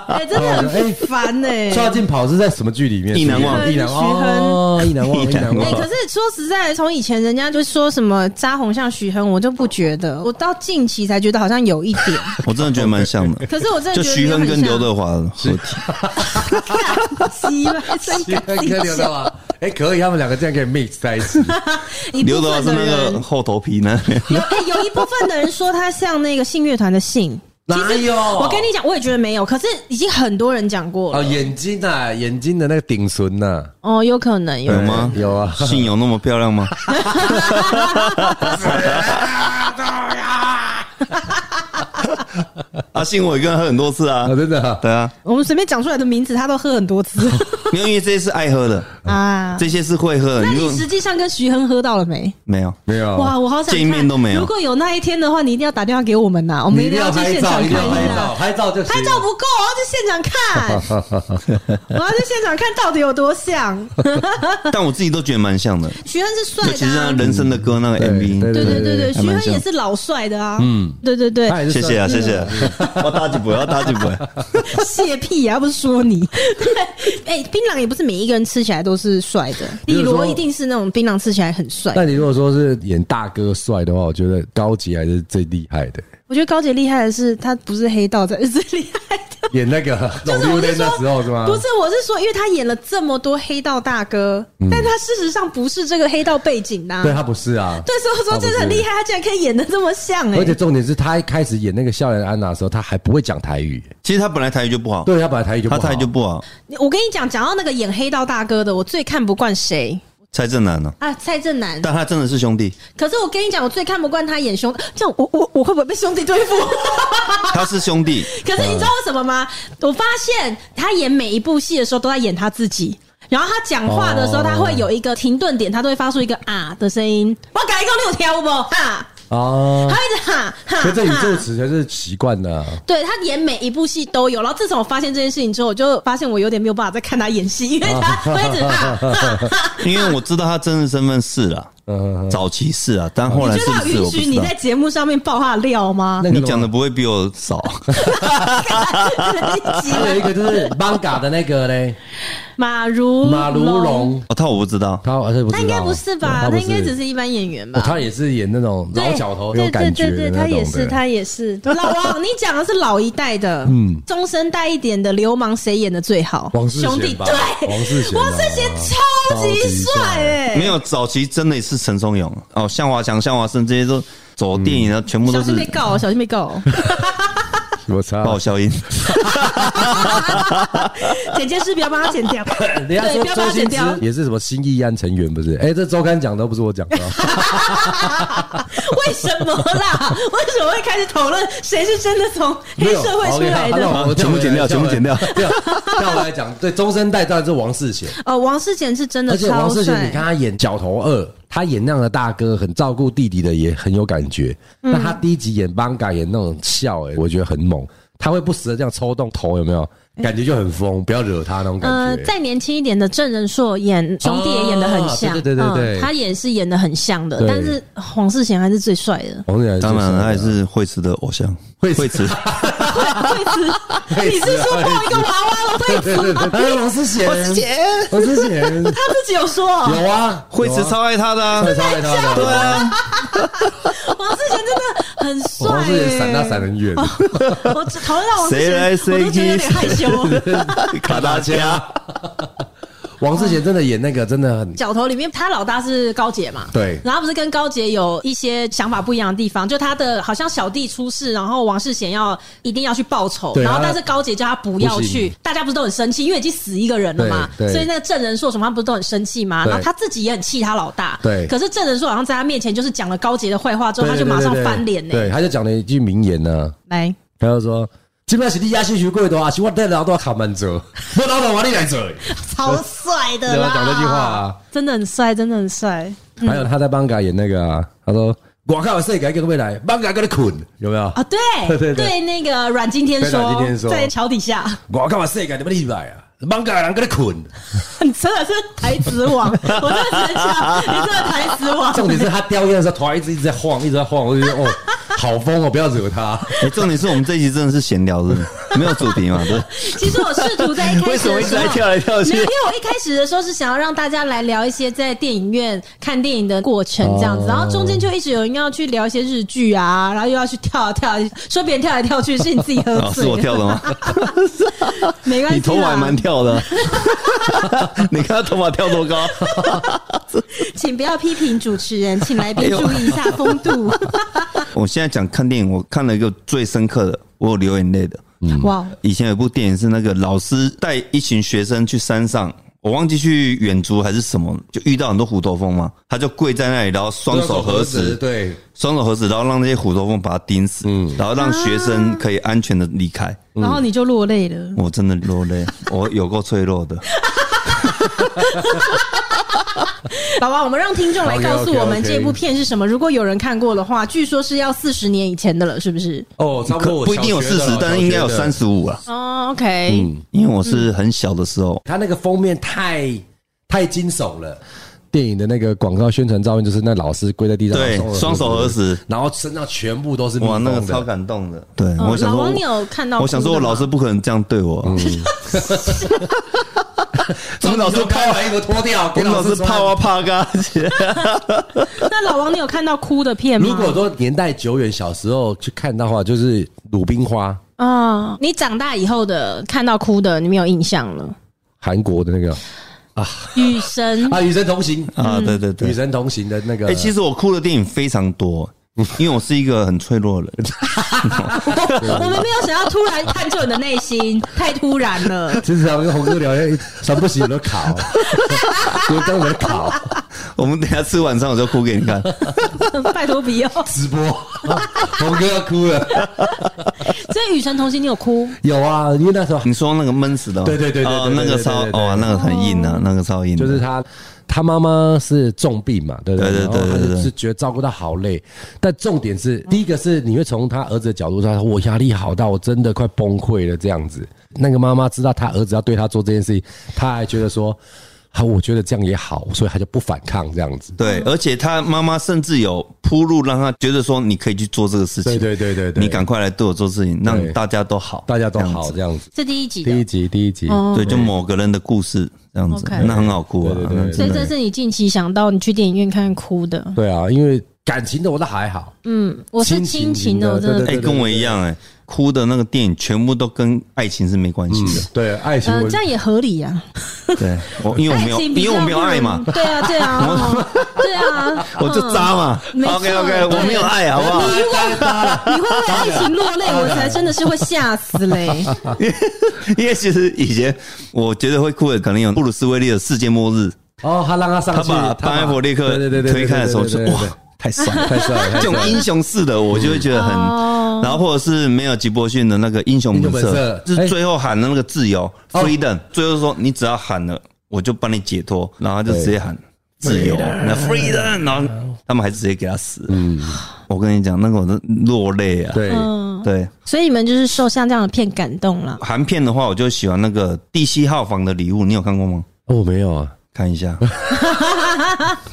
Speaker 1: 哎，真的
Speaker 2: [laughs]
Speaker 1: 很烦哎。
Speaker 3: 抓进跑是在什么剧里面？
Speaker 2: 意难忘
Speaker 3: 意难忘，
Speaker 1: 徐亨
Speaker 3: 哦意难忘，
Speaker 2: 意
Speaker 3: [laughs] 意
Speaker 2: 难忘
Speaker 3: 难
Speaker 1: 哎、
Speaker 3: 忘
Speaker 1: 可。是说实在，从以前人家就说什么扎红像许恒，我就不觉得，我到近期才觉得好像有
Speaker 2: [laughs]
Speaker 1: 一点。
Speaker 2: 我真的觉得蛮像
Speaker 1: [laughs]
Speaker 2: 的。
Speaker 1: 可是我真
Speaker 2: 就
Speaker 1: 的觉得
Speaker 2: 徐亨
Speaker 1: 亨
Speaker 2: 跟刘
Speaker 1: [laughs]
Speaker 2: 德华的合体，
Speaker 1: 鸡吧，真
Speaker 3: 徐
Speaker 1: 敢
Speaker 3: 亨跟
Speaker 1: [laughs]
Speaker 3: 刘德华，哎，可以，他们两个这样可以 mix 在一起。
Speaker 1: 一
Speaker 2: [laughs] 刘
Speaker 1: 部
Speaker 2: 德华
Speaker 1: 分
Speaker 2: 是
Speaker 1: 的
Speaker 2: 那个
Speaker 1: 人
Speaker 2: 后头皮呢。
Speaker 1: 有、哎有一部分的人说他像那个信乐团的信。
Speaker 3: 哪有？
Speaker 1: 我跟你讲，我也觉得没有，可是已经很多人讲过了。
Speaker 3: 哦，眼睛呐，眼睛的那个顶唇呐，
Speaker 1: 哦，有可能有
Speaker 2: 有吗？
Speaker 3: 有啊
Speaker 2: 信有那么漂
Speaker 1: [laughs]
Speaker 2: 亮吗？啊，信我也跟他喝很多次啊
Speaker 3: 啊，，真的啊，
Speaker 2: 对啊，
Speaker 1: 我们随便讲出来的名字，他都喝很多次
Speaker 2: 没有，因为这些是爱喝的，
Speaker 1: 啊。
Speaker 2: 这些是会喝的。
Speaker 1: 那
Speaker 2: [laughs] 你如
Speaker 1: 你
Speaker 2: 果
Speaker 1: 实际上跟徐亨喝到了没？
Speaker 2: 没有，
Speaker 3: 没有。
Speaker 1: 哇，我好想看
Speaker 2: 见面都没有
Speaker 1: 如果有那一天的话，你一定要打电话给我们呐，我们
Speaker 3: 你一定
Speaker 1: 要
Speaker 3: 要
Speaker 1: 去
Speaker 3: 拍
Speaker 1: 现
Speaker 3: 照，
Speaker 1: 场
Speaker 3: 一定要
Speaker 1: 看
Speaker 3: 拍
Speaker 1: 一下
Speaker 3: 照，。拍照就行
Speaker 1: 拍照不够，我要去现场看，我要去现场看到底有多像。 [laughs]
Speaker 2: 但我自己都觉得蛮像的，
Speaker 1: 徐恩是帅
Speaker 2: 尤其是
Speaker 1: 的、
Speaker 2: 他
Speaker 1: 啊，
Speaker 2: 人生的歌那个
Speaker 3: 对
Speaker 2: MV，
Speaker 1: 对对对对，
Speaker 2: 还
Speaker 1: 徐
Speaker 2: 蛮
Speaker 1: 恩
Speaker 2: 像
Speaker 1: 也是老帅的啊，嗯，对对对，
Speaker 3: [laughs] 他也是
Speaker 2: 谢
Speaker 3: 帅
Speaker 2: 谢啊，谢谢
Speaker 3: [laughs]
Speaker 2: 啊，我打几杯，我打几杯。
Speaker 1: [laughs] 泄屁啊，不是说你。对，哎，槟榔也不是每一个人吃起来都是帅的，
Speaker 3: 比
Speaker 1: 李
Speaker 3: 如说
Speaker 1: 罗一定是那种槟榔吃起来很帅。
Speaker 3: 那你如果说是演大哥帅的话，我觉得高级还是最厉害的。
Speaker 1: 我觉得高姐厉害的是，她不是黑道才是
Speaker 3: [laughs]
Speaker 1: 厉害的。
Speaker 3: 演那个
Speaker 1: 就
Speaker 3: 老 [laughs]
Speaker 1: 是
Speaker 3: 六
Speaker 1: 我
Speaker 3: 的
Speaker 1: 是
Speaker 3: 那时候是
Speaker 1: 说，
Speaker 3: 吗？
Speaker 1: 不是，我是说，因为他演了这么多黑道大哥，但他事实上不是这个黑道背景呐、
Speaker 3: 嗯对他不是啊。
Speaker 1: 对，所以我说
Speaker 3: 他不
Speaker 1: 真
Speaker 3: 是
Speaker 1: 的很厉害，他竟然可以演的这么像哎、
Speaker 3: 而且重点是他一开始演那个笑脸安娜的时候，他还不会讲台语。
Speaker 2: 其实他本来台语就不好，
Speaker 3: 对他本来台语就不
Speaker 2: 他
Speaker 3: 好
Speaker 2: 台语就不好，
Speaker 1: 我跟你讲，讲到那个演黑道大哥的，我最看不惯谁
Speaker 2: 蔡正南呢？
Speaker 1: 啊？蔡正
Speaker 3: [laughs]
Speaker 1: 南。
Speaker 2: 但他真的是
Speaker 1: [laughs]
Speaker 2: 兄弟，
Speaker 1: 可是我跟你讲，我最看不惯他演兄，这样我我我会不会被兄弟对付？
Speaker 2: 他是兄弟，
Speaker 1: 可是你知道为什么吗？我发现他演每一部戏的时候都在演他自己。然后他讲话的时候，
Speaker 3: 哦
Speaker 1: 他会有一个停顿点，他都会发出一个啊的声音。我改一个六条不哈，
Speaker 3: 哦
Speaker 1: 他。一直哈哈。
Speaker 3: 所以这宇宙
Speaker 1: 哈
Speaker 3: 词才是习惯的啊。
Speaker 1: 对他演每一部戏都有，然后自从我发现这件事情之后，我就发现我有点没有办法再看他演戏，因为
Speaker 3: [laughs]
Speaker 1: 他会一直哈哈哈。
Speaker 2: 因为我知道他真实身份是啦，
Speaker 3: 嗯，
Speaker 2: 早期是啊，但后
Speaker 1: 你
Speaker 2: 来
Speaker 1: 觉
Speaker 2: 是
Speaker 1: 得
Speaker 2: 不
Speaker 1: 他
Speaker 2: 是
Speaker 1: 允
Speaker 2: 我不
Speaker 1: 许
Speaker 2: 知
Speaker 1: 你
Speaker 2: 道
Speaker 1: 在。节目上面爆他的料
Speaker 3: [laughs]
Speaker 1: 吗？
Speaker 3: 那个
Speaker 2: 你讲的不会比我少，
Speaker 1: [laughs]
Speaker 3: 还有一个就是 manga 的那个嘞，
Speaker 1: 马如
Speaker 3: 马如龙，
Speaker 2: 哦，他我不知道，
Speaker 3: 他好像不知道
Speaker 1: 他应该不是吧？
Speaker 3: 对
Speaker 1: 他
Speaker 3: 不
Speaker 1: 应该只是一般演员吧
Speaker 3: 哦？他也是演那种
Speaker 1: 对
Speaker 3: 老角头
Speaker 1: 对
Speaker 3: 有感觉
Speaker 1: 对对对，
Speaker 3: 的那
Speaker 1: 他
Speaker 3: 种
Speaker 1: 也是，
Speaker 3: 的。
Speaker 1: 他也是老王。你讲的是老一代的，嗯，中生代一点的流氓，谁演的最好？
Speaker 3: 王世贤吧
Speaker 1: 兄弟，对，
Speaker 3: 王世贤啊
Speaker 1: 王世贤超级
Speaker 3: 超级
Speaker 1: 帅
Speaker 3: 帅
Speaker 1: 哎，
Speaker 2: 没有早期真的是陈松勇哦，向华强、向华胜这些都走电影
Speaker 3: 嗯
Speaker 2: 的，全部
Speaker 1: 小
Speaker 2: 都
Speaker 1: 心
Speaker 2: 是
Speaker 1: 被告哦，小心被告
Speaker 3: [laughs]
Speaker 1: 哦。
Speaker 3: 我操！
Speaker 2: 爆笑
Speaker 3: [laughs]
Speaker 2: 音。
Speaker 1: 剪接师不要帮他剪掉，
Speaker 3: 人家
Speaker 1: 对
Speaker 3: 说
Speaker 1: 不要把
Speaker 3: 周
Speaker 1: 它剪
Speaker 3: 星驰
Speaker 1: 掉。
Speaker 3: 也是什么新义安成员不是？哎，这周刊讲的不是我讲的哦，
Speaker 1: 为什么啦？为什么会开始讨论谁 [laughs] 是真的从黑
Speaker 3: 没有
Speaker 1: 社会出来
Speaker 3: 好
Speaker 1: 的？
Speaker 3: 让我
Speaker 2: 全部剪掉全部剪掉
Speaker 3: 对啊，那我来讲，对中生代当然是王世贤，
Speaker 1: 哦，王世贤是真的
Speaker 3: 而且王
Speaker 1: 超
Speaker 3: 世贤，你看
Speaker 1: 帅。
Speaker 3: 他演《角头二》，他演那样的大哥，很照顾弟弟的，也很有感觉。
Speaker 1: 嗯
Speaker 3: 那他第一集演 Banga 演那种笑、哎，我觉得很猛。他会不时的这样抽动头，有没有？感觉就很疯，不要惹他那种
Speaker 1: 哎呃
Speaker 3: 感，觉。啊
Speaker 1: 再年轻一点的郑仁硕演兄弟也演的很像，嗯
Speaker 3: 哦对对对对对
Speaker 1: 他也是演的很像的，
Speaker 3: 对
Speaker 1: 但是黄世贤还是最帅的。
Speaker 3: 王世贤
Speaker 2: 当然，
Speaker 3: [laughs]
Speaker 2: 他也是惠慈的偶像，
Speaker 3: 惠慈
Speaker 2: 惠慈，
Speaker 3: 你
Speaker 1: 你是说抱一个娃娃
Speaker 3: [laughs]
Speaker 1: 的
Speaker 3: 对
Speaker 1: 惠
Speaker 3: 对
Speaker 1: 子
Speaker 3: 对
Speaker 1: 吗？
Speaker 3: 对，对哎王世贤，王世贤，王世
Speaker 1: [laughs]
Speaker 3: 贤
Speaker 1: 他自己有说哦，[laughs]
Speaker 3: [laughs] 有啊，
Speaker 2: 惠慈超爱他的啊，
Speaker 3: 超爱他的，
Speaker 2: 对啊，
Speaker 1: 王世贤真的很帅、哦欸，
Speaker 3: 黄世仁闪他闪很远，
Speaker 1: 我讨论到王
Speaker 2: 谁
Speaker 1: 世
Speaker 2: 来
Speaker 1: 仁，我
Speaker 2: 谁
Speaker 1: 都觉得有
Speaker 2: 去
Speaker 1: 点害羞。
Speaker 2: 卡达加，
Speaker 3: [laughs] 王志贤真的演那个真的很
Speaker 1: 角头里面，他老大是高杰嘛？
Speaker 3: 对
Speaker 1: 然后他不是跟高杰有一些想法不一样的地方，就他的好像小弟出事，然后王世贤要一定要去报仇，
Speaker 3: 对
Speaker 1: 然后
Speaker 3: 他
Speaker 1: 但是高杰叫他不要
Speaker 3: 不
Speaker 1: 去
Speaker 3: 行，
Speaker 1: 大家不是都很生气，因为已经死一个人了嘛，
Speaker 3: 对对
Speaker 1: 所以那个郑仁硕什么他们不是都很生气嘛？
Speaker 3: 对
Speaker 1: 然后他自己也很气他老大，
Speaker 3: 对
Speaker 1: 可是郑仁硕好像在他面前就是讲了高杰的坏话之后，他就马上翻脸呢、
Speaker 3: 对，他就讲了一句名言呢，
Speaker 7: 来，
Speaker 3: 他就说。基本上是你压薪水过多，啊，是我带老多卡满折， [laughs] 我老板往你
Speaker 1: [laughs]
Speaker 3: 来折。
Speaker 1: 超帅的
Speaker 3: 对
Speaker 1: 啦！
Speaker 3: 吧讲这句话啊
Speaker 1: 真的很帅，真的很帅。
Speaker 3: 还有他在邦嘎演那个啊，他说我靠，世界跟未来，邦嘎跟你捆，有没有
Speaker 1: 啊，？对
Speaker 3: [laughs] 对对对
Speaker 1: 那个阮经天
Speaker 3: 对阮
Speaker 1: 说
Speaker 3: 经天，说
Speaker 1: 在桥底下，
Speaker 3: 我靠，世界你们厉害啊，邦嘎人跟你捆。
Speaker 1: [laughs] 你真的是台词王，我真的只能讲，你真的台词王。
Speaker 3: [laughs] 重点是他叼烟的时候，头还一直一直在晃，一直在晃，我就觉得哦，好疯哦，不要惹他。
Speaker 2: 哎，重点是我们这一集真的是闲聊的， [laughs] 没有主题嘛？对，
Speaker 1: 其实我试图在一开
Speaker 2: 为
Speaker 1: 始
Speaker 2: 什么
Speaker 1: 的
Speaker 2: 一直
Speaker 1: 时
Speaker 2: 在
Speaker 1: 候。
Speaker 2: 跳来跳
Speaker 1: 没
Speaker 2: 去
Speaker 1: 有，因？为我一开始的时候是想要让大家来聊一些在电影院看电影的过程这样子，
Speaker 3: 哦
Speaker 1: 然后中间就一直有人要去聊一些日剧啊，然后又要去跳啊跳啊，说别人跳来跳去，是你自己喝
Speaker 2: [laughs] 哦，
Speaker 1: 醉，
Speaker 2: 是我跳的吗？
Speaker 1: 没关系啦，
Speaker 2: 你头发还蛮跳 [laughs] 的，你看他头发跳多高？
Speaker 1: 请不要批评主持人，请来
Speaker 2: 哎
Speaker 1: 宾注意一下风
Speaker 2: [laughs]
Speaker 1: 度。
Speaker 2: 我现在讲看电影，我看了一个最深刻的，我有流眼泪的。
Speaker 1: 哇，哦
Speaker 2: 以前有部电影是那个老师带一群学生去山上，我忘记去远足还是什么，就遇到很多虎头蜂嘛，他就跪在那里，然后双手合十，
Speaker 3: 对，
Speaker 2: 双手合十，然后让那些虎头蜂把它叮死，
Speaker 3: 嗯
Speaker 2: 然后让学生可以安全的离开。
Speaker 1: 然后你就落泪了。
Speaker 2: 我真的落
Speaker 3: [laughs]
Speaker 2: 泪，我有够脆弱的。
Speaker 1: [laughs] 好吧，我们让听众来告诉
Speaker 3: OK，OK，OK
Speaker 1: 我们这部片是什么。如果有人看过的话，据说是要四十年以前的了，是不是？
Speaker 3: 哦，差不
Speaker 2: 可
Speaker 3: 多我
Speaker 2: 不一定有
Speaker 3: 小学
Speaker 2: 四
Speaker 3: 的
Speaker 2: 十，但是应该有三。
Speaker 3: 小学的
Speaker 2: 十五啊，
Speaker 1: 哦，OK，
Speaker 3: 嗯
Speaker 2: 因为我是很小的时候，
Speaker 3: 他那个封面太太惊悚了。电影的那个广告宣传照片，就是那老师跪在地上，
Speaker 2: 对
Speaker 3: 然后
Speaker 2: 双手合十，
Speaker 3: 然后身上全部都是蜜
Speaker 2: 哇，
Speaker 3: 蜂
Speaker 2: 那
Speaker 3: 的
Speaker 2: 个超感动的。对，
Speaker 1: 嗯
Speaker 2: 我想
Speaker 1: 老
Speaker 2: 说
Speaker 1: 王，你有看到哭的吗？
Speaker 2: 我想说，我老师不可能这样对
Speaker 3: 嗯
Speaker 2: [laughs] 我啊。
Speaker 3: 我们老 [laughs] 师开把衣服脱掉，
Speaker 2: 啊我
Speaker 3: 给
Speaker 2: 们老
Speaker 3: 老
Speaker 2: 师
Speaker 3: 师嗯
Speaker 2: 怕
Speaker 3: 泡
Speaker 2: 啊
Speaker 3: 啊。
Speaker 2: 怕嘎， [laughs]
Speaker 1: 那老王，你有看到哭的片吗？
Speaker 3: 如果说年代久远，小时候去看的话，就是《鲁冰花》
Speaker 1: 啊，你长大以后的看到哭的，你没有印象了。
Speaker 3: 韩国的那个
Speaker 1: 雨神
Speaker 3: [laughs] 啊，《与神同行》
Speaker 2: 啊，对对
Speaker 3: 《与
Speaker 2: 对。
Speaker 3: 神同行》的那个，
Speaker 2: 哎，其
Speaker 3: 实
Speaker 2: 实我哭的电影非常多，
Speaker 3: 嗯
Speaker 2: 因为我是一个很脆弱的人。
Speaker 1: [laughs] 我们没有想要突然探究你的内
Speaker 3: [laughs]
Speaker 1: 心，太突然了。
Speaker 3: 其实啊我跟红哥聊天，三不行有的考，我当我的考
Speaker 2: 我们等一下吃晚餐我就哭给你
Speaker 3: [laughs]
Speaker 2: 看。
Speaker 1: 拜托不要。
Speaker 3: 直播，啊红哥要哭了。
Speaker 1: 所以《与神同行》，你有哭？
Speaker 3: 有啊，因为那时候
Speaker 2: 你说那个闷死的吗，
Speaker 3: 对对对对
Speaker 2: 哦
Speaker 3: 对对
Speaker 2: 那个超
Speaker 3: 对对对
Speaker 2: 哦，那个很硬啊，那个超硬的。
Speaker 3: 就是他，他妈妈是重病嘛，对不
Speaker 2: 对对
Speaker 3: 然后
Speaker 2: 对对
Speaker 3: 他
Speaker 2: 对
Speaker 3: 就就觉得照顾到好累。但重点是，第一个是你会从他儿子的角度说，我压力好大，我真的快崩溃了这样子。那个妈妈知道他儿子要对他做这件事情，他还觉得说，啊，我觉得这样也好，所以他就不反抗这样子。
Speaker 2: 对，而且他妈妈甚至有铺路，让他觉得说你可以去做这个事情，
Speaker 3: 对对对对对
Speaker 2: 你赶快来对我做事情，让大家都好，
Speaker 3: 大家都
Speaker 2: 这
Speaker 3: 好
Speaker 2: 样子
Speaker 3: 这样子。
Speaker 1: 这第一集
Speaker 3: 第一
Speaker 1: 的，
Speaker 3: 集，第一集，
Speaker 2: 对，就某个人的故事这样子
Speaker 1: OK，
Speaker 2: 那很好哭啊
Speaker 3: 对对对。对
Speaker 1: 所以这是你近期想到你去电影院看哭的。
Speaker 3: 对啊，因为感情的我倒还好，
Speaker 1: 嗯，我是亲
Speaker 3: 亲
Speaker 1: 情
Speaker 3: 情
Speaker 1: 的，
Speaker 3: 的
Speaker 1: 我真的
Speaker 3: 对对
Speaker 2: 哎，跟我一样哎，哭的那个电影全部都跟爱情是没关系的。
Speaker 3: 对爱情
Speaker 1: 呃，
Speaker 3: 我
Speaker 1: 这样也合理呀、
Speaker 3: 嗯
Speaker 2: 对，我因为
Speaker 1: 啊。
Speaker 2: 我
Speaker 1: 爱
Speaker 2: 没有，
Speaker 1: 情比
Speaker 2: 因
Speaker 1: 较
Speaker 2: 为我没有
Speaker 1: 不能
Speaker 2: 爱嘛，
Speaker 1: 对啊，对啊，
Speaker 2: [laughs]
Speaker 1: 哦对啊，
Speaker 2: 我就渣嘛。
Speaker 1: 嗯没错
Speaker 2: OK OK，
Speaker 1: 对啊
Speaker 2: 我没有爱，好不好？
Speaker 1: [laughs] 嗯。你会为爱情落泪，我才真的是会吓死嘞！
Speaker 2: 因为其实以前我觉得会哭的，可能有布鲁斯威利的《世界末日》，
Speaker 3: 哦，他让他上
Speaker 2: 他
Speaker 3: 去，
Speaker 2: 把班艾弗列克
Speaker 3: 对对对对
Speaker 2: 推开的时候，我
Speaker 3: 对
Speaker 2: 说
Speaker 3: 对对
Speaker 2: 哇
Speaker 3: 对，
Speaker 2: 太帅了。
Speaker 3: 太帅了，太
Speaker 2: 这
Speaker 3: 帅
Speaker 2: 种
Speaker 3: 了。
Speaker 2: 英雄式的，我就会觉得很，然后或者是没有吉伯逊的那个英雄本
Speaker 3: 英雄
Speaker 2: 色
Speaker 3: 本，
Speaker 2: 就
Speaker 3: 色
Speaker 2: 是最后喊的那个自由
Speaker 3: 哦
Speaker 2: freedom，最后说你只要喊了，我就帮你解脱，然后他就直接喊自由，那 freedom，然后他们还是直接给他死。嗯，我跟你讲，那个我都落泪啊。
Speaker 3: 对，
Speaker 2: [laughs]
Speaker 1: 嗯
Speaker 2: 对，
Speaker 1: 所以你们就是受像这样的片感动了。
Speaker 2: 韩片的话，我就喜欢那个第七号房的礼物，你有看过吗？
Speaker 3: 哦，我没有啊，
Speaker 2: 看一下，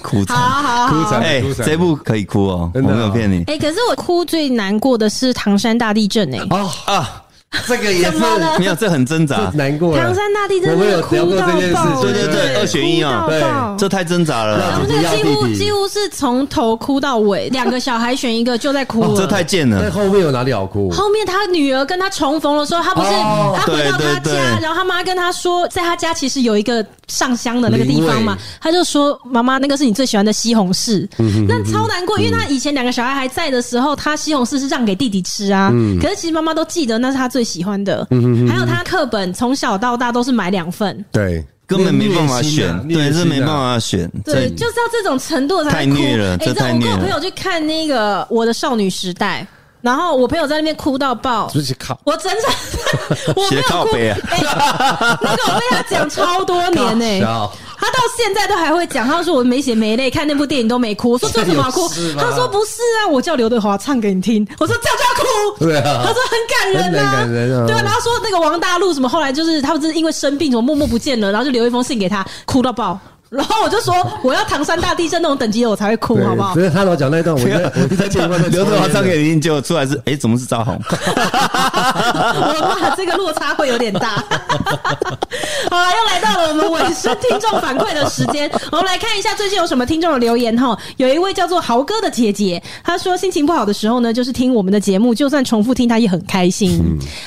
Speaker 2: 哭惨。
Speaker 1: 啊
Speaker 3: 哭惨
Speaker 2: 哎，这部可以哭哦，我
Speaker 3: 真的
Speaker 2: 没
Speaker 3: 啊
Speaker 2: 有骗你
Speaker 1: 哎、可是我哭最难过的是唐山大地震哎、
Speaker 3: 哦，
Speaker 2: 啊！
Speaker 3: 这个也是
Speaker 2: 没有，这很挣扎
Speaker 3: 这。难
Speaker 1: 啊
Speaker 3: 过了。
Speaker 7: 唐山大地震
Speaker 3: 我们
Speaker 7: 真
Speaker 3: 有
Speaker 7: 的哭
Speaker 3: 聊过这件
Speaker 7: 到
Speaker 3: 事
Speaker 7: 爆，
Speaker 2: 对对对，二选一啊
Speaker 7: 哭，到爆
Speaker 2: 这太挣扎了
Speaker 3: 那
Speaker 2: 啦
Speaker 1: 我
Speaker 3: 我们
Speaker 1: 们
Speaker 3: 这
Speaker 1: 这个
Speaker 3: 个
Speaker 1: 几
Speaker 3: 几乎
Speaker 1: 乎
Speaker 3: 几
Speaker 1: 几乎是从头哭到尾，两个小孩选一个就在哭了，
Speaker 2: 哦这太贱
Speaker 3: 但
Speaker 2: 了。
Speaker 3: 后面有哪里好哭？
Speaker 1: 后面他女儿跟他重逢的时候，他不是
Speaker 3: 哦
Speaker 1: 他回到他家，
Speaker 2: 对对对
Speaker 1: 然后他妈跟他说，在他家其实有一个上香的那个地方嘛
Speaker 3: 灵，
Speaker 1: 他就说妈妈那个是你最喜欢的西红柿，
Speaker 2: 嗯
Speaker 1: 那超难过，因为他以前两个小孩还在的时候，他西红柿是让给弟弟吃啊，
Speaker 2: 嗯
Speaker 1: 可是其实妈妈都记得那是他最喜欢的，还有他课本从小到大都是买两份。
Speaker 3: 对，
Speaker 2: 根本没办法
Speaker 3: 虐心啊
Speaker 2: 选，对，这没办。法选。
Speaker 1: 对，
Speaker 2: 这
Speaker 1: 就是要这种程度才
Speaker 2: 太
Speaker 1: 会哭
Speaker 2: 虐了
Speaker 1: 哎
Speaker 2: 这太
Speaker 1: 你知
Speaker 2: 虐
Speaker 1: 道我跟我
Speaker 2: 了
Speaker 1: 朋友去看那个《我的少女时代》，然后我朋友在那边哭到爆，
Speaker 3: 不是靠，
Speaker 1: 我整整 [laughs] 我没
Speaker 2: 斜
Speaker 1: 有
Speaker 2: 靠
Speaker 1: 哭，
Speaker 2: 背啊
Speaker 1: 哎那个我被他讲超多年呢、
Speaker 3: 靠
Speaker 1: 他到现在都还会讲，他说我没血没泪，看那部电影都没哭。我说这有什么好哭
Speaker 3: 这有事？吗
Speaker 1: 他说不是啊，我叫刘德华唱给你听。我说这样就要哭，
Speaker 3: 对啊
Speaker 1: 他说很感人啊，
Speaker 3: 很感人啊
Speaker 1: 对啊。然后说那个王大陆什么，后来就是他不是因为生病，什么默默不见了，然后就留一封信给他，哭到爆。然后我就说我要唐山大地震那种等级的我才会哭，
Speaker 3: 对
Speaker 1: 好不好
Speaker 3: 所？以他老讲那一段，我
Speaker 2: [laughs]
Speaker 3: 在我一直在前面在
Speaker 2: 刘德华唱
Speaker 3: 抽烟
Speaker 2: 给你听，结果出来是哎，怎么是扎红？
Speaker 1: [laughs] 我怕这个落差会有点大。 [laughs] 好了，又来到了我们尾声听众反馈的时间， [laughs] 我们来看一下最近有什么听众的留言哈。有一位叫做豪哥的姐姐，她说心情不好的时候呢，就是听我们的节目，就算重复听，她也很开心。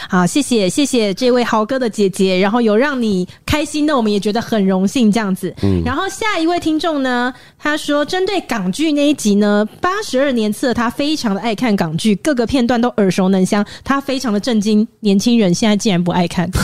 Speaker 1: 好，谢谢谢谢这位豪哥的姐姐，然后有让你开心的，我们也觉得很荣幸这样子。然后下一位听众呢，他说针对港剧那一集呢，八十二年次的他非常的爱看港剧，各个片段都耳熟能详，他非常的震惊，年轻人现在竟然不爱看。 [laughs]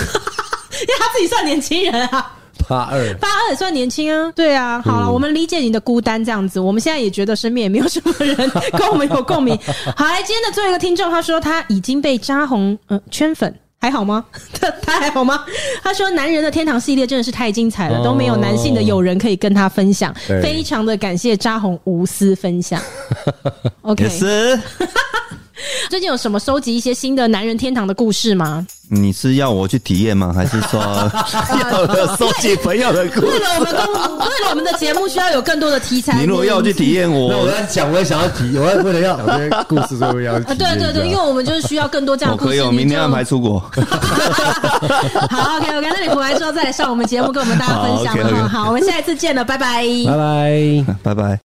Speaker 1: 因为他自己算年轻人啊，
Speaker 3: 八二，
Speaker 1: 八二也算年轻啊，对啊，好
Speaker 2: 嗯
Speaker 1: 了，我们理解你的孤单这样子，我们现在也觉得身边也没有什么人跟我们有共鸣。 [laughs] 好，来，今天的最后一个听众，他说他已经被扎红呃圈粉。还好吗？ [laughs] 他他还好吗？他说：“男人的天堂系列真的是太精彩
Speaker 2: 哦
Speaker 1: 了，都没有男性的友人可以跟他分享，
Speaker 3: 对
Speaker 1: 非常的感谢扎红无私分
Speaker 2: [laughs]
Speaker 1: 享。”OK，
Speaker 2: 也是，
Speaker 1: 最近有什么收集一些新的男人天堂的故事吗？
Speaker 2: 你是要我去体验吗？还是说要收集朋友的
Speaker 1: [laughs]
Speaker 2: 故
Speaker 1: 为
Speaker 2: 事？
Speaker 1: 了我们公，为了我们的节目，需要有更多的题材。
Speaker 2: 你如果要我去体验
Speaker 3: 那我
Speaker 2: 我，
Speaker 3: 在讲，我也想要提，我为了要讲这些故事，所以我要
Speaker 1: [laughs] 啊，对对对，因为我们就是需要更多这样
Speaker 2: 我 [laughs]
Speaker 1: 的故
Speaker 2: 可以
Speaker 1: 事。
Speaker 2: 哦，
Speaker 1: 你
Speaker 2: 明天
Speaker 1: 就
Speaker 2: 安排出国。 [laughs]
Speaker 1: 好，OK，OK，、那你回来之后再来上我们节目，跟我们大家分享了。
Speaker 2: 好，OK，OK
Speaker 1: 好，我们下一次见了，拜拜。
Speaker 3: 拜拜。
Speaker 2: 拜拜。